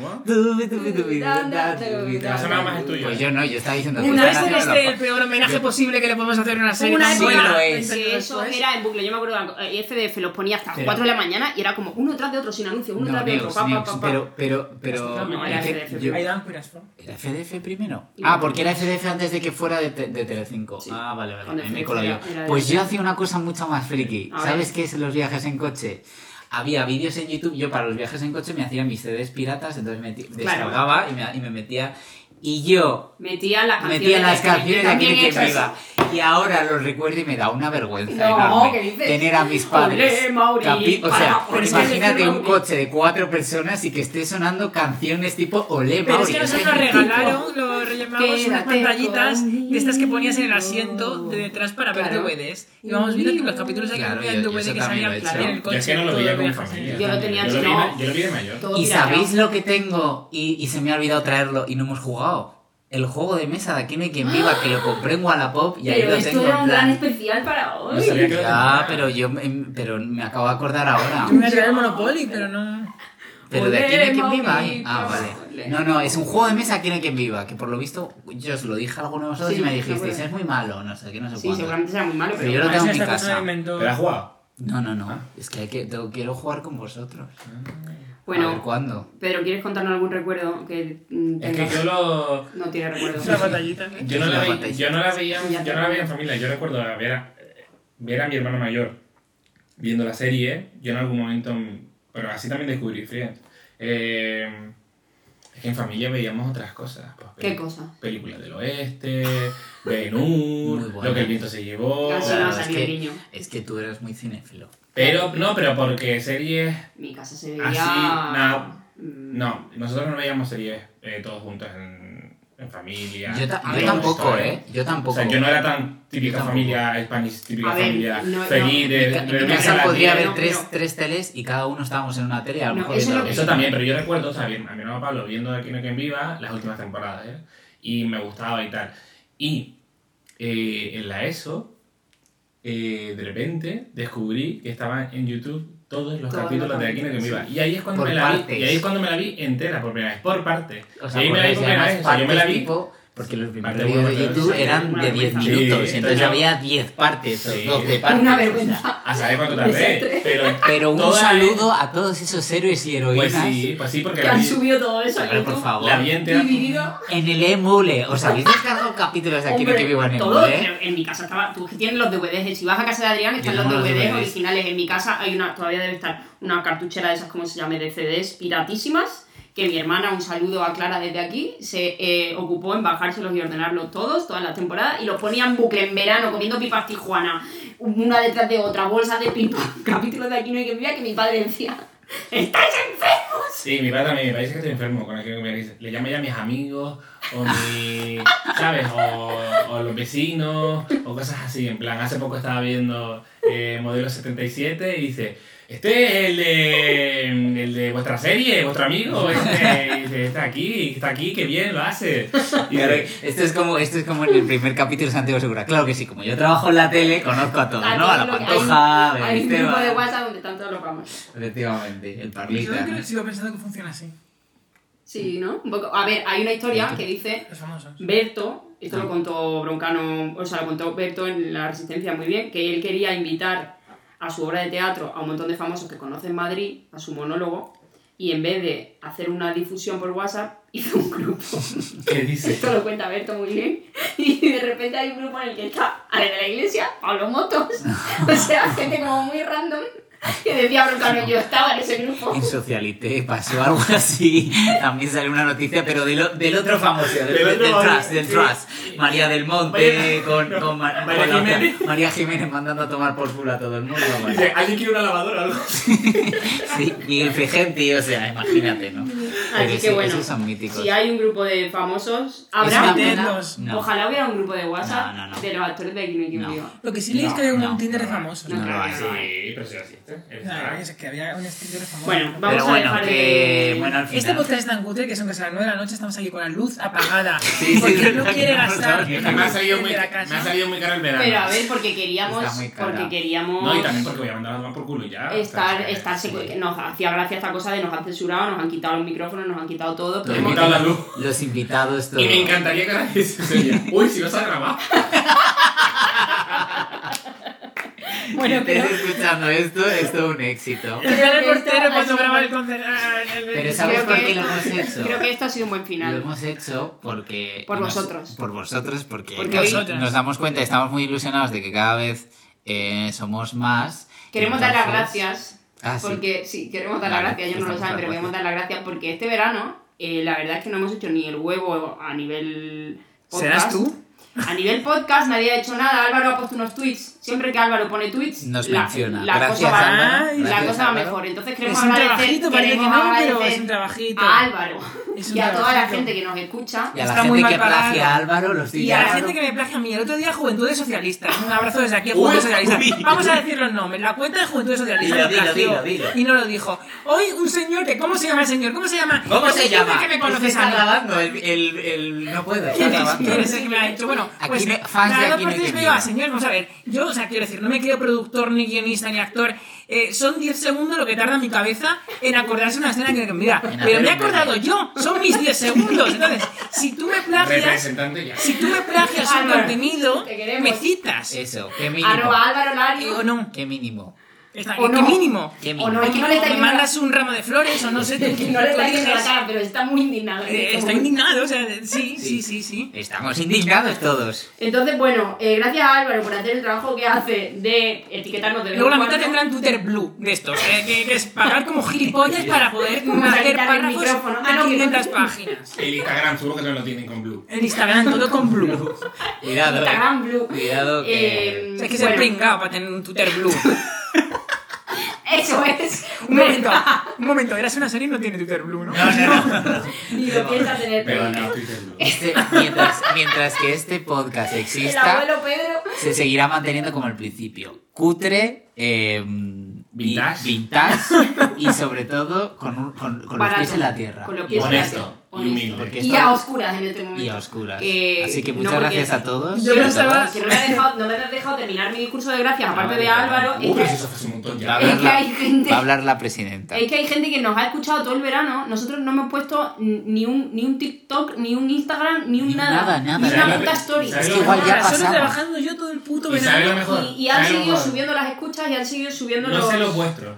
[SPEAKER 5] ¿What?
[SPEAKER 2] dubi, dubi, dubi, da, da, dubi,
[SPEAKER 1] Me ha
[SPEAKER 2] da,
[SPEAKER 5] sonado más el
[SPEAKER 2] da.
[SPEAKER 5] tuyo.
[SPEAKER 2] Pues yo no, yo estaba diciendo. que
[SPEAKER 1] Una vez
[SPEAKER 2] estaba
[SPEAKER 1] en
[SPEAKER 3] Este es
[SPEAKER 2] haciendo
[SPEAKER 3] el peor homenaje posible que le podemos hacer a una
[SPEAKER 1] Hubo
[SPEAKER 3] serie.
[SPEAKER 1] una
[SPEAKER 3] tan
[SPEAKER 1] época
[SPEAKER 3] buena.
[SPEAKER 2] lo
[SPEAKER 1] en
[SPEAKER 2] es.
[SPEAKER 1] que eso era en bucle. Yo me acuerdo que eh, FDF los ponía hasta las
[SPEAKER 2] Pero-
[SPEAKER 1] 4 de la mañana y era como uno tras de otro, sin anuncios, uno
[SPEAKER 2] No,
[SPEAKER 1] tras de otro.
[SPEAKER 2] Neus,
[SPEAKER 1] pa, pa,
[SPEAKER 2] Neus,
[SPEAKER 1] pa, pa.
[SPEAKER 2] pero, pero, pero.
[SPEAKER 1] No, era
[SPEAKER 2] es que
[SPEAKER 1] FDF.
[SPEAKER 2] yo-
[SPEAKER 3] I don't quit as from.
[SPEAKER 2] ¿Era FDF primero?
[SPEAKER 1] Y
[SPEAKER 2] Ah,
[SPEAKER 1] luego-
[SPEAKER 2] porque era FDF antes de que fuera de, te- de Telecinco.
[SPEAKER 1] Sí.
[SPEAKER 2] Ah, vale, vale.
[SPEAKER 1] Cuando
[SPEAKER 2] ahí me he
[SPEAKER 1] FDF
[SPEAKER 2] colado yo.
[SPEAKER 1] era- era de
[SPEAKER 2] Pues yo
[SPEAKER 1] Telecinco.
[SPEAKER 2] hacía una cosa mucho más friki.
[SPEAKER 1] A ver.
[SPEAKER 2] ¿Sabes qué es los viajes en coche? Había vídeos en YouTube, yo para los viajes en coche me hacía mis CDs piratas, entonces me ti- descargaba y, me, y me metía... Y yo
[SPEAKER 1] Metían las canciones.
[SPEAKER 2] metía las
[SPEAKER 1] de Kevin,
[SPEAKER 2] canciones de
[SPEAKER 1] también
[SPEAKER 2] aquí que
[SPEAKER 1] hechas.
[SPEAKER 2] viva. Y ahora los recuerdo y me da una vergüenza
[SPEAKER 1] No,
[SPEAKER 2] enorme
[SPEAKER 1] ¿qué dices?
[SPEAKER 2] tener a mis padres.
[SPEAKER 1] Olé, Mauri,
[SPEAKER 2] capi- o sea,
[SPEAKER 1] para, olé,
[SPEAKER 2] imagínate un
[SPEAKER 1] Mauri.
[SPEAKER 2] coche de cuatro personas y que esté sonando canciones tipo Olé,
[SPEAKER 3] Pero es
[SPEAKER 2] Mauri,
[SPEAKER 3] que a
[SPEAKER 2] eso
[SPEAKER 3] nosotros nos
[SPEAKER 2] mítico.
[SPEAKER 3] regalaron, lo rellamamos unas
[SPEAKER 1] Quédate
[SPEAKER 3] pantallitas de estas que ponías en el
[SPEAKER 1] conmigo.
[SPEAKER 3] asiento de detrás para
[SPEAKER 1] Claro.
[SPEAKER 3] ver DVDs. Y vamos viendo que los capítulos de
[SPEAKER 2] Claro,
[SPEAKER 3] había en
[SPEAKER 2] yo- yo
[SPEAKER 3] DVD
[SPEAKER 2] eso
[SPEAKER 3] que
[SPEAKER 2] también
[SPEAKER 3] salían
[SPEAKER 2] lo he
[SPEAKER 3] claro, en el
[SPEAKER 2] hecho.
[SPEAKER 5] Yo
[SPEAKER 3] coche.
[SPEAKER 5] es que no lo
[SPEAKER 3] todo
[SPEAKER 5] veía
[SPEAKER 3] el
[SPEAKER 5] con mi
[SPEAKER 3] viaje.
[SPEAKER 5] familia.
[SPEAKER 1] Yo lo tenía
[SPEAKER 5] yo lo vi,
[SPEAKER 1] no.
[SPEAKER 5] ma- yo lo vi de mayor.
[SPEAKER 1] Todo
[SPEAKER 2] ¿Y
[SPEAKER 1] pirata.
[SPEAKER 2] sabéis lo que tengo? Y, y se me ha olvidado traerlo y no hemos jugado. El juego de mesa de Aquí no hay quien viva, que lo compré en Wallapop y ahí
[SPEAKER 1] Pero
[SPEAKER 2] lo
[SPEAKER 1] esto
[SPEAKER 2] tengo
[SPEAKER 1] era
[SPEAKER 2] en
[SPEAKER 1] un gran
[SPEAKER 2] plan.
[SPEAKER 1] especial para
[SPEAKER 5] No
[SPEAKER 1] hoy.
[SPEAKER 5] sabía que lo
[SPEAKER 2] Ya,
[SPEAKER 5] tenía.
[SPEAKER 2] pero yo em, pero me acabo de acordar ahora.
[SPEAKER 3] Yo me voy a traer el Monopoly, pero no.
[SPEAKER 2] Pero de Aquí no hay quien
[SPEAKER 1] Olé,
[SPEAKER 2] viva.
[SPEAKER 1] Mauri,
[SPEAKER 2] ¿eh? Ah,
[SPEAKER 1] olé.
[SPEAKER 2] vale. No, no, es un juego de mesa Aquí no hay quien viva, que por lo visto yo os lo dije a alguno de vosotros
[SPEAKER 1] Sí,
[SPEAKER 2] y me
[SPEAKER 1] me
[SPEAKER 2] dijisteis,
[SPEAKER 1] acuerdo.
[SPEAKER 2] es muy malo, no sé qué, no sé
[SPEAKER 1] Sí,
[SPEAKER 2] cuándo".
[SPEAKER 1] seguramente será muy malo,
[SPEAKER 2] Pero yo lo
[SPEAKER 1] pero.
[SPEAKER 2] tengo en mi
[SPEAKER 3] Esta persona
[SPEAKER 2] casa.
[SPEAKER 3] inventó-
[SPEAKER 5] ¿Pero has jugado?
[SPEAKER 2] No, no,
[SPEAKER 1] Ah.
[SPEAKER 2] no. Es que, hay que tengo- quiero jugar con vosotros. a ver
[SPEAKER 1] Bueno,
[SPEAKER 2] cuándo.
[SPEAKER 1] Pedro, ¿quieres contarnos algún recuerdo que mm,
[SPEAKER 5] Es que
[SPEAKER 1] tengas?
[SPEAKER 5] yo lo.
[SPEAKER 1] No tiene recuerdo.
[SPEAKER 3] Una pantallita.
[SPEAKER 5] Yo no,
[SPEAKER 2] Es
[SPEAKER 5] la
[SPEAKER 2] una
[SPEAKER 5] veía,
[SPEAKER 2] pantalla.
[SPEAKER 5] yo no la veía,
[SPEAKER 1] Ya
[SPEAKER 5] yo no
[SPEAKER 1] te-
[SPEAKER 5] la veía en familia. Yo recuerdo a ver, a, ver a mi hermano mayor viendo la serie. Yo en algún momento, pero así también descubrí Friends. Eh, es que en familia veíamos otras cosas. pues,
[SPEAKER 1] ¿Qué
[SPEAKER 5] peli-
[SPEAKER 1] cosa?
[SPEAKER 5] Películas del oeste, Ben Hur,
[SPEAKER 2] Muy buena.
[SPEAKER 5] Lo que el viento se llevó.
[SPEAKER 1] Casi no
[SPEAKER 2] es
[SPEAKER 1] salió
[SPEAKER 2] que-
[SPEAKER 1] el niño.
[SPEAKER 2] Es que tú eres muy cinéfilo.
[SPEAKER 5] Pero, no, pero porque series
[SPEAKER 1] Mi casa se veía.
[SPEAKER 5] Así, nada.
[SPEAKER 1] Mm,
[SPEAKER 5] No, nosotros no veíamos series eh, todos juntos en, en familia.
[SPEAKER 2] Yo, ta-
[SPEAKER 5] Y
[SPEAKER 2] yo
[SPEAKER 5] luego
[SPEAKER 2] tampoco,
[SPEAKER 5] esto,
[SPEAKER 2] ¿eh? Yo
[SPEAKER 5] O
[SPEAKER 2] tampoco.
[SPEAKER 5] sea, yo no era tan típica
[SPEAKER 2] Yo tampoco.
[SPEAKER 5] familia Spanish, típica
[SPEAKER 1] A ver,
[SPEAKER 5] familia
[SPEAKER 1] no, no.
[SPEAKER 5] feliz de,
[SPEAKER 2] En mi
[SPEAKER 5] de- de-
[SPEAKER 2] casa
[SPEAKER 5] de-
[SPEAKER 2] podría
[SPEAKER 1] no,
[SPEAKER 2] haber
[SPEAKER 1] no.
[SPEAKER 2] tres, tres teles y cada uno estábamos en una tele y a lo
[SPEAKER 1] No,
[SPEAKER 2] mejor
[SPEAKER 1] eso
[SPEAKER 2] viendo
[SPEAKER 1] lo-
[SPEAKER 2] la
[SPEAKER 5] Eso
[SPEAKER 2] misma.
[SPEAKER 5] también, pero yo recuerdo, o sea, bien, a mi hermano Pablo viendo Aquí no hay quien viva las últimas temporadas, ¿eh? Y me gustaba y tal. Y eh, en la ESO, eh, de repente descubrí que estaban en YouTube todos los
[SPEAKER 1] Todos
[SPEAKER 5] capítulos
[SPEAKER 1] los
[SPEAKER 5] de Aquí no hay quien viva. Y ahí es cuando
[SPEAKER 2] Por
[SPEAKER 5] me la vi,
[SPEAKER 2] partes.
[SPEAKER 5] y ahí es cuando me la vi entera por primera vez, por partes.
[SPEAKER 2] ¿Os
[SPEAKER 5] y ahí me la vi
[SPEAKER 2] acordáis?
[SPEAKER 5] por
[SPEAKER 2] Y además
[SPEAKER 5] primera vez, o sea, yo me la
[SPEAKER 2] partes
[SPEAKER 5] vi.
[SPEAKER 2] tipo... Porque los primeros
[SPEAKER 5] Parte
[SPEAKER 2] vídeos
[SPEAKER 5] uno,
[SPEAKER 2] de
[SPEAKER 5] parte
[SPEAKER 2] YouTube
[SPEAKER 5] dos,
[SPEAKER 2] eran
[SPEAKER 1] una
[SPEAKER 2] de 10
[SPEAKER 1] vergüenza.
[SPEAKER 2] minutos,
[SPEAKER 5] Sí,
[SPEAKER 2] entonces
[SPEAKER 5] tenía-
[SPEAKER 2] había 10 partes o
[SPEAKER 5] Sí.
[SPEAKER 2] 12 partes.
[SPEAKER 1] Una
[SPEAKER 2] o sea.
[SPEAKER 1] vergüenza.
[SPEAKER 5] A saber cuánto tardé, pero,
[SPEAKER 2] Pero un
[SPEAKER 5] toda-
[SPEAKER 2] saludo a todos esos héroes y
[SPEAKER 5] Pues
[SPEAKER 2] heroínas.
[SPEAKER 5] sí, pues sí, porque
[SPEAKER 1] Que
[SPEAKER 5] la
[SPEAKER 1] han
[SPEAKER 5] vi,
[SPEAKER 1] subido todo eso a
[SPEAKER 2] Pero, por
[SPEAKER 1] YouTube.
[SPEAKER 2] favor.
[SPEAKER 5] la vi entera.
[SPEAKER 1] Dividido.
[SPEAKER 2] En el emule, ¿os habéis descargado capítulos de aquí no
[SPEAKER 1] Hombre,
[SPEAKER 2] que vivo en
[SPEAKER 1] todo,
[SPEAKER 2] emule?
[SPEAKER 1] pero en mi casa estaba. Tú que tienes los DVDs. Si vas a casa de Adrián, están
[SPEAKER 2] ¿eh? Yo
[SPEAKER 1] los
[SPEAKER 2] tengo los
[SPEAKER 1] DVDs
[SPEAKER 2] DVDs.
[SPEAKER 1] originales. En mi casa hay una, todavía debe estar una cartuchera de esas, como se llame, de CDs piratísimas. Que mi hermana, un saludo a Clara desde aquí, se eh, ocupó en bajárselos y ordenarlos todos, todas las temporadas, y los ponía en bucle en verano, comiendo pipas tijuana, una detrás de otra, bolsas de pipas, capítulos de aquí no hay que vivir, que mi padre decía, ¡Estáis enfermos!
[SPEAKER 5] Sí, mi padre también, mi padre dice que estoy enfermo con aquello que me dice. Le llama ya a mis amigos, o mi, ¿sabes? O, o los vecinos, o cosas así. En plan, hace poco estaba viendo eh, Modelo 77 y dice, este es el de, el de vuestra serie, vuestro amigo, este, y dice, está aquí, está aquí, qué bien lo hace. Y
[SPEAKER 2] Claro,
[SPEAKER 5] dice,
[SPEAKER 2] esto es como esto es como en el primer capítulo de Santiago Segura. Claro que sí, como yo trabajo en la tele, conozco a todos, ¿no? A la
[SPEAKER 1] Lo que hay-
[SPEAKER 2] Pantoja, a
[SPEAKER 1] Hay un grupo de
[SPEAKER 2] Esteban.
[SPEAKER 1] WhatsApp donde están todos los famosos.
[SPEAKER 2] Efectivamente, el
[SPEAKER 3] Yo
[SPEAKER 2] Parlita.
[SPEAKER 3] creo que
[SPEAKER 2] ¿no?
[SPEAKER 3] sigo pensando que funciona así.
[SPEAKER 1] Sí, ¿no? Un poco. A ver, hay una historia que dice
[SPEAKER 3] Los famosos.
[SPEAKER 1] Berto, esto lo contó Broncano, o sea, lo contó Berto en La Resistencia muy bien, que él quería invitar a su obra de teatro a un montón de famosos que conoce en Madrid, a su monólogo, y en vez de hacer una difusión por WhatsApp, hizo un grupo.
[SPEAKER 5] ¿Qué dice?
[SPEAKER 1] Esto lo cuenta Berto muy bien. Y de repente hay un grupo en el que está Ale de la Iglesia, Pablo Motos, o sea, gente como muy random, que decía Broncano, yo estaba en ese grupo.
[SPEAKER 2] En Socialité pasó algo así. También sale una noticia, pero del, o- del otro famoso, del,
[SPEAKER 5] Del
[SPEAKER 2] del,
[SPEAKER 5] otro famoso,
[SPEAKER 2] Trust, del
[SPEAKER 5] sí.
[SPEAKER 2] Trust. María del Monte,
[SPEAKER 5] María-
[SPEAKER 2] con, con Ma-
[SPEAKER 5] María
[SPEAKER 2] con la otra-
[SPEAKER 5] Jiménez.
[SPEAKER 2] María Jiménez mandando a tomar por culo a todo el mundo. bueno.
[SPEAKER 5] Dice, ¿alguien quiere una lavadora o algo?
[SPEAKER 2] Sí, Miguel Frigenti, o sea, imagínate, ¿no? Pero
[SPEAKER 1] Así
[SPEAKER 2] ese-
[SPEAKER 1] que bueno,
[SPEAKER 2] esos son míticos.
[SPEAKER 1] si hay un grupo de famosos, habrá.
[SPEAKER 3] Meterlos.
[SPEAKER 2] No.
[SPEAKER 1] Ojalá hubiera un grupo de WhatsApp
[SPEAKER 2] No, no, no.
[SPEAKER 1] de los actores de Aquí no hay quien
[SPEAKER 2] No.
[SPEAKER 1] viva.
[SPEAKER 3] Lo que sí leí es que había
[SPEAKER 2] No,
[SPEAKER 3] un
[SPEAKER 2] no.
[SPEAKER 3] Tinder de famosos.
[SPEAKER 1] No, no.
[SPEAKER 2] hay.
[SPEAKER 5] Ah, Sí, pero si lo existe.
[SPEAKER 3] Claro, es que había un Tinder de famosos.
[SPEAKER 1] Bueno, vamos
[SPEAKER 2] Pero
[SPEAKER 1] a
[SPEAKER 2] bueno,
[SPEAKER 1] dejar
[SPEAKER 2] que.
[SPEAKER 1] de-
[SPEAKER 2] Bueno, al
[SPEAKER 3] Este
[SPEAKER 2] final.
[SPEAKER 3] podcast es tan cutre que son casi las 9 de la noche, estamos aquí con la luz apagada.
[SPEAKER 2] Sí, sí,
[SPEAKER 3] porque
[SPEAKER 2] sí,
[SPEAKER 3] no
[SPEAKER 2] sí,
[SPEAKER 3] quiere
[SPEAKER 2] no,
[SPEAKER 3] gastar
[SPEAKER 2] porque
[SPEAKER 5] Es que me ha salido
[SPEAKER 3] de
[SPEAKER 5] muy, me
[SPEAKER 3] la
[SPEAKER 5] ha
[SPEAKER 3] casa.
[SPEAKER 5] salido muy caro el verano.
[SPEAKER 1] Pero a ver, porque queríamos.
[SPEAKER 2] Está muy cara.
[SPEAKER 1] Porque queríamos.
[SPEAKER 5] No, y también porque voy a mandar a tomar por culo ya.
[SPEAKER 1] Estar,
[SPEAKER 5] O sea,
[SPEAKER 1] estar
[SPEAKER 5] sí.
[SPEAKER 1] secu- nos hacía gracia esta cosa de nos han censurado, nos han quitado los micrófonos, nos han quitado todo.
[SPEAKER 5] Te
[SPEAKER 1] Pero
[SPEAKER 5] he
[SPEAKER 1] hemos-
[SPEAKER 5] quitado la luz.
[SPEAKER 2] Los invitados, todo.
[SPEAKER 5] Y me encantaría que nadie se oyera. Uy, si vas a grabar.
[SPEAKER 2] Bueno,
[SPEAKER 1] bueno, pero.
[SPEAKER 2] estés escuchando esto, es todo un éxito.
[SPEAKER 3] Era el
[SPEAKER 1] Creo que esto
[SPEAKER 3] portero
[SPEAKER 1] ha
[SPEAKER 3] cuando
[SPEAKER 1] sido
[SPEAKER 3] graba
[SPEAKER 1] un-
[SPEAKER 3] el concierto. Ah, el- el-
[SPEAKER 2] Pero ¿sabes
[SPEAKER 1] Creo
[SPEAKER 2] por
[SPEAKER 1] que,
[SPEAKER 2] qué lo hemos hecho?
[SPEAKER 1] creo que esto ha sido un buen
[SPEAKER 2] Lo
[SPEAKER 1] final.
[SPEAKER 2] hemos hecho porque...
[SPEAKER 1] Por
[SPEAKER 2] nos-
[SPEAKER 1] vosotros.
[SPEAKER 2] por vosotros, porque,
[SPEAKER 1] Porque
[SPEAKER 2] nos,
[SPEAKER 3] hoy-
[SPEAKER 2] nos damos cuenta, estamos muy ilusionados de que cada vez eh, somos más.
[SPEAKER 1] Queremos dar las
[SPEAKER 2] Entonces-
[SPEAKER 1] gracias.
[SPEAKER 2] Ah, sí.
[SPEAKER 1] Porque sí, queremos dar las
[SPEAKER 2] Vale,
[SPEAKER 1] gracias, ellos no lo
[SPEAKER 2] estamos dando
[SPEAKER 1] saben, pero queremos dar las gracias porque este verano, eh, la verdad es que no hemos hecho ni el huevo a nivel podcast.
[SPEAKER 3] ¿Serás tú?
[SPEAKER 1] A nivel podcast nadie ha hecho nada, Álvaro ha puesto unos tweets. Siempre que Álvaro pone tweets,
[SPEAKER 2] Nos
[SPEAKER 1] la,
[SPEAKER 2] menciona.
[SPEAKER 1] la
[SPEAKER 2] gracias,
[SPEAKER 1] cosa va,
[SPEAKER 2] Álvaro.
[SPEAKER 3] Ay,
[SPEAKER 1] la
[SPEAKER 2] Gracias,
[SPEAKER 1] cosa va
[SPEAKER 2] Álvaro.
[SPEAKER 1] mejor. Entonces
[SPEAKER 3] Es
[SPEAKER 1] queremos
[SPEAKER 3] un
[SPEAKER 1] agradecer,
[SPEAKER 3] trabajito, parece que
[SPEAKER 1] queremos
[SPEAKER 3] no, pero
[SPEAKER 1] agradecer
[SPEAKER 3] es un trabajito.
[SPEAKER 1] a Álvaro
[SPEAKER 3] Es un
[SPEAKER 1] y a toda la
[SPEAKER 3] trabajito.
[SPEAKER 1] gente que nos escucha.
[SPEAKER 2] Y a la
[SPEAKER 3] Está muy
[SPEAKER 2] gente
[SPEAKER 3] mal
[SPEAKER 2] que
[SPEAKER 3] parada.
[SPEAKER 2] plagia a Álvaro, los
[SPEAKER 3] Y
[SPEAKER 2] diría
[SPEAKER 3] a la
[SPEAKER 2] Álvaro.
[SPEAKER 3] gente que me plagia a mí, el otro día Juventudes Socialistas. Un abrazo desde aquí a Juventudes Socialistas. Vamos a decir los nombres. La cuenta de Juventudes Socialistas.
[SPEAKER 2] Dilo,
[SPEAKER 3] lo
[SPEAKER 2] dilo,
[SPEAKER 3] plagió
[SPEAKER 2] dilo, dilo.
[SPEAKER 3] Y no lo dijo. Hoy un señor que. ¿Cómo se llama el señor? ¿Cómo se llama? Pues
[SPEAKER 2] ¿Cómo
[SPEAKER 3] El
[SPEAKER 2] se
[SPEAKER 3] señor
[SPEAKER 2] llama?
[SPEAKER 3] que me
[SPEAKER 2] Es que
[SPEAKER 3] conoces
[SPEAKER 2] está
[SPEAKER 3] a mí.
[SPEAKER 2] grabando, el, el, el- No puedo, está
[SPEAKER 3] ¿Quién es?
[SPEAKER 2] grabando.
[SPEAKER 3] ¿Quién es el que me ha dicho? Bueno,
[SPEAKER 2] Aquí
[SPEAKER 3] pues
[SPEAKER 2] no- fans de
[SPEAKER 3] cada
[SPEAKER 2] aquí no hay
[SPEAKER 3] partido
[SPEAKER 2] quien
[SPEAKER 3] veo a
[SPEAKER 2] viva.
[SPEAKER 3] señores, vamos a ver. Yo, o sea, quiero decir, no me creo productor, ni guionista, ni actor. Eh, son 10 segundos lo que tarda mi cabeza en acordarse una escena que me mira.
[SPEAKER 2] hacer
[SPEAKER 3] Pero me he
[SPEAKER 2] un plano.
[SPEAKER 3] acordado yo, son mis 10 segundos. Entonces, si tú me plagias,
[SPEAKER 5] Representante ya.
[SPEAKER 3] si tú me plagias un
[SPEAKER 1] Álvaro,
[SPEAKER 3] contenido,
[SPEAKER 1] Ah, te queremos. Eh,
[SPEAKER 3] me citas.
[SPEAKER 2] Eso, qué mínimo.
[SPEAKER 1] Arroba Álvaro
[SPEAKER 3] Eh,
[SPEAKER 1] Lario.
[SPEAKER 3] o no.
[SPEAKER 2] Qué mínimo.
[SPEAKER 3] Está-
[SPEAKER 1] O
[SPEAKER 3] ¿Qué
[SPEAKER 1] no.
[SPEAKER 3] mínimo?
[SPEAKER 2] Qué
[SPEAKER 1] O
[SPEAKER 2] mínimo.
[SPEAKER 1] no, es que no le
[SPEAKER 3] O
[SPEAKER 1] está
[SPEAKER 3] me
[SPEAKER 1] yendo la-
[SPEAKER 3] mandas un ramo de flores o no sé tú.
[SPEAKER 1] no le está
[SPEAKER 3] tú
[SPEAKER 1] yendo la
[SPEAKER 3] dices.
[SPEAKER 1] cara, pero está muy indignado.
[SPEAKER 3] Eh, está indignado, o sea, sí, sí, sí, sí.
[SPEAKER 2] Estamos indignados todos.
[SPEAKER 1] Entonces, bueno, eh, gracias a Álvaro por hacer el trabajo que hace de etiquetarnos de vez
[SPEAKER 3] Luego la
[SPEAKER 1] en
[SPEAKER 3] mitad
[SPEAKER 1] cuando.
[SPEAKER 3] tendrán Twitter Blue de estos, eh, que, que es pagar como gilipollas para poder
[SPEAKER 1] Vamos a
[SPEAKER 3] hacer
[SPEAKER 1] quitar el
[SPEAKER 3] párrafos
[SPEAKER 1] micrófono. Ah, no,
[SPEAKER 3] a
[SPEAKER 1] que no.
[SPEAKER 3] 500 páginas.
[SPEAKER 5] El Instagram, seguro que no lo tienen con Blue.
[SPEAKER 3] El Instagram todo con Blue.
[SPEAKER 2] Cuidado. eh.
[SPEAKER 1] Instagram Blue.
[SPEAKER 2] Cuidado que-
[SPEAKER 1] Eh,
[SPEAKER 3] O sea, hay que
[SPEAKER 1] bueno,
[SPEAKER 3] ser pringado para tener un Twitter Blue.
[SPEAKER 1] Eso es.
[SPEAKER 3] Un momento, un momento, eras una serie y no tiene Twitter Blue, ¿no?
[SPEAKER 2] No, no, no.
[SPEAKER 1] Ni lo piensa tener.
[SPEAKER 5] Pero no, Twitter Blue.
[SPEAKER 2] Este- mientras, mientras que este podcast
[SPEAKER 1] El
[SPEAKER 2] exista,
[SPEAKER 1] abuelo Pedro.
[SPEAKER 2] se seguirá manteniendo como el principio. Cutre, eh,
[SPEAKER 5] Vintage.
[SPEAKER 2] y, vintage, y sobre todo con, un- con- con los
[SPEAKER 1] barato,
[SPEAKER 2] pies en la tierra.
[SPEAKER 1] Con los
[SPEAKER 5] Y
[SPEAKER 1] pies en la tierra.
[SPEAKER 5] Honesto. Y humilde.
[SPEAKER 2] Porque
[SPEAKER 1] Y
[SPEAKER 2] esto-
[SPEAKER 1] a oscuras en este momento.
[SPEAKER 2] y a oscuras.
[SPEAKER 1] Que-
[SPEAKER 2] Así que
[SPEAKER 1] no,
[SPEAKER 2] muchas
[SPEAKER 1] porque-
[SPEAKER 2] gracias a todos.
[SPEAKER 3] Yo
[SPEAKER 2] y a
[SPEAKER 3] pensaba-
[SPEAKER 2] todas.
[SPEAKER 1] Que no me, has dejado, no me has dejado terminar mi discurso de gracias, aparte
[SPEAKER 2] Ah,
[SPEAKER 1] de
[SPEAKER 2] vale.
[SPEAKER 1] Álvaro.
[SPEAKER 5] Uh,
[SPEAKER 1] Es
[SPEAKER 5] pero si
[SPEAKER 1] que,
[SPEAKER 5] eso hace un montón
[SPEAKER 2] Va a
[SPEAKER 5] ya. Eh,
[SPEAKER 1] Es
[SPEAKER 2] hablar
[SPEAKER 1] que
[SPEAKER 2] la-
[SPEAKER 1] hay gente-
[SPEAKER 2] va a hablar la presidenta.
[SPEAKER 1] es que hay gente que nos ha escuchado todo el verano. Nosotros no hemos puesto ni un, ni un TikTok, ni un Instagram, ni un
[SPEAKER 2] Ni
[SPEAKER 1] nada.
[SPEAKER 2] nada, nada.
[SPEAKER 1] Ni una
[SPEAKER 5] ¿Sabes lo
[SPEAKER 1] puta
[SPEAKER 5] que-
[SPEAKER 1] story.
[SPEAKER 5] sabes
[SPEAKER 2] Es que igual ya
[SPEAKER 3] Ahora, solo
[SPEAKER 2] pasamos.
[SPEAKER 3] trabajando yo todo el puto
[SPEAKER 5] Y sabes lo
[SPEAKER 3] verano.
[SPEAKER 5] mejor.
[SPEAKER 1] Y, y han
[SPEAKER 5] ¿Sabes lo
[SPEAKER 1] seguido
[SPEAKER 5] mejor?
[SPEAKER 1] subiendo las escuchas y han seguido subiendo
[SPEAKER 5] No
[SPEAKER 1] los.
[SPEAKER 5] sé los vuestros,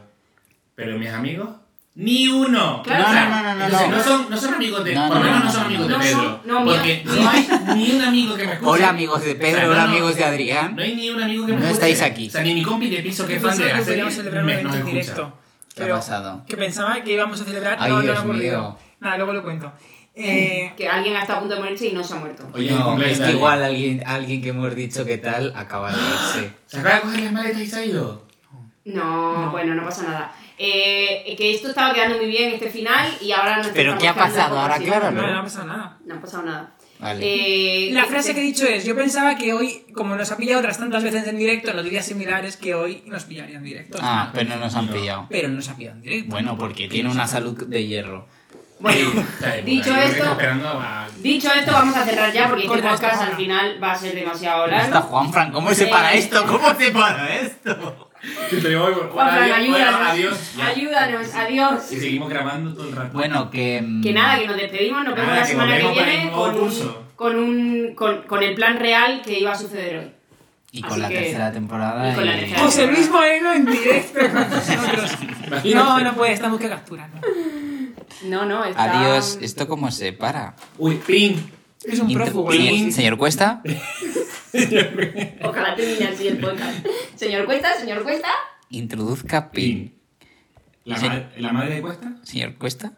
[SPEAKER 5] pero mis amigos, ni uno.
[SPEAKER 1] Claro.
[SPEAKER 5] O sea,
[SPEAKER 2] No, no, no, no,
[SPEAKER 5] entonces,
[SPEAKER 2] no.
[SPEAKER 5] son, no son amigos de.
[SPEAKER 2] No,
[SPEAKER 5] por lo
[SPEAKER 2] no,
[SPEAKER 5] menos
[SPEAKER 2] no,
[SPEAKER 5] no son
[SPEAKER 2] no,
[SPEAKER 5] amigos
[SPEAKER 1] no,
[SPEAKER 5] de
[SPEAKER 1] no.
[SPEAKER 5] Pedro.
[SPEAKER 1] No, mira.
[SPEAKER 5] porque no hay ni un amigo que me escuche.
[SPEAKER 2] Hola amigos de
[SPEAKER 5] O sea,
[SPEAKER 2] Pedro,
[SPEAKER 5] no,
[SPEAKER 2] hola
[SPEAKER 5] no,
[SPEAKER 2] amigos de
[SPEAKER 5] No
[SPEAKER 2] Adrián.
[SPEAKER 5] hay ni un amigo que me
[SPEAKER 2] No
[SPEAKER 5] escuche.
[SPEAKER 2] estáis aquí.
[SPEAKER 5] O sea, ni mi compi de piso que
[SPEAKER 3] Yo
[SPEAKER 5] es fan
[SPEAKER 3] pensaba
[SPEAKER 5] de la
[SPEAKER 3] que
[SPEAKER 5] serie.
[SPEAKER 3] podríamos celebrar un
[SPEAKER 5] me- nos
[SPEAKER 3] evento en
[SPEAKER 5] escucha.
[SPEAKER 3] directo.
[SPEAKER 2] ¿Qué ha
[SPEAKER 3] Pero
[SPEAKER 2] pasado?
[SPEAKER 3] Que pensaba que íbamos a celebrar.
[SPEAKER 2] Ay,
[SPEAKER 3] no, no
[SPEAKER 2] Dios
[SPEAKER 3] ha
[SPEAKER 2] mío.
[SPEAKER 3] ocurrido. Nada, luego lo cuento. Eh,
[SPEAKER 1] Que alguien está a punto de morirse y no se ha muerto.
[SPEAKER 5] Oye,
[SPEAKER 2] No,
[SPEAKER 5] mi cumpleaños.
[SPEAKER 2] es que igual alguien, alguien que hemos dicho que tal acaba de irse.
[SPEAKER 5] ¿Se acaba de coger las maletas y se ha ido?
[SPEAKER 1] No, bueno, no pasa nada. Eh, que esto estaba quedando muy bien este final y ahora nos
[SPEAKER 2] Pero
[SPEAKER 1] estamos
[SPEAKER 2] ¿qué ha
[SPEAKER 1] quedando
[SPEAKER 2] pasado?
[SPEAKER 1] un poco
[SPEAKER 2] Ahora,
[SPEAKER 1] así.
[SPEAKER 2] claro.
[SPEAKER 3] no, no ha pasado nada.
[SPEAKER 1] No ha pasado nada.
[SPEAKER 2] Vale.
[SPEAKER 1] Eh,
[SPEAKER 3] La frase que he dicho es, yo pensaba que hoy, como nos ha pillado otras tantas veces en directo, en los días similares, que hoy nos pillaría en directo.
[SPEAKER 2] ah, pero no nos han pillado.
[SPEAKER 3] Pero no nos ha pillado en directo.
[SPEAKER 2] Bueno, porque tiene una salud de hierro.
[SPEAKER 1] Bueno,
[SPEAKER 5] O sea,
[SPEAKER 1] Dicho
[SPEAKER 5] yo creo que
[SPEAKER 1] esto-
[SPEAKER 5] está Esperando a...
[SPEAKER 1] dicho esto, vamos a cerrar ya porque este
[SPEAKER 3] Corta esta
[SPEAKER 1] podcast
[SPEAKER 3] hora.
[SPEAKER 1] al final va a ser demasiado
[SPEAKER 2] ¿Dónde Está
[SPEAKER 1] largo.
[SPEAKER 2] Juan Fran, ¿cómo se
[SPEAKER 1] Eh,
[SPEAKER 2] para esto? ¿Cómo se para esto?
[SPEAKER 5] Que te voy,
[SPEAKER 1] Juanfran,
[SPEAKER 5] adiós,
[SPEAKER 1] ayúdanos.
[SPEAKER 5] bueno, adiós. Ya.
[SPEAKER 1] Ayúdanos, adiós.
[SPEAKER 5] Y seguimos grabando todo el rato.
[SPEAKER 2] Bueno, que. mm,
[SPEAKER 1] Que nada, que nos despedimos, nos vemos
[SPEAKER 5] Nada,
[SPEAKER 1] la
[SPEAKER 5] que
[SPEAKER 1] semana que
[SPEAKER 5] volvemos con el
[SPEAKER 1] viene
[SPEAKER 5] nuevo
[SPEAKER 1] con un,
[SPEAKER 5] curso.
[SPEAKER 1] con, un, con, con el plan real que iba a suceder hoy.
[SPEAKER 2] Y con
[SPEAKER 1] Así
[SPEAKER 2] la
[SPEAKER 1] que-
[SPEAKER 2] tercera temporada. eh,
[SPEAKER 1] y con la tercera
[SPEAKER 3] José Luis Moreno en directo con nosotros. No, no puede, estamos que captura. ¿no?
[SPEAKER 1] No, no, está...
[SPEAKER 2] Adiós. ¿Esto cómo se para?
[SPEAKER 5] Uy, pin.
[SPEAKER 3] Es un
[SPEAKER 2] Int-
[SPEAKER 3] prófugo.
[SPEAKER 2] Sí, Señor Cuesta.
[SPEAKER 1] Ojalá termine así el podcast. Señor Cuesta, señor Cuesta.
[SPEAKER 2] Introduzca PIN.
[SPEAKER 5] Pin. La,
[SPEAKER 2] Sí.
[SPEAKER 5] ma- ¿La madre de Cuesta?
[SPEAKER 2] Señor Cuesta.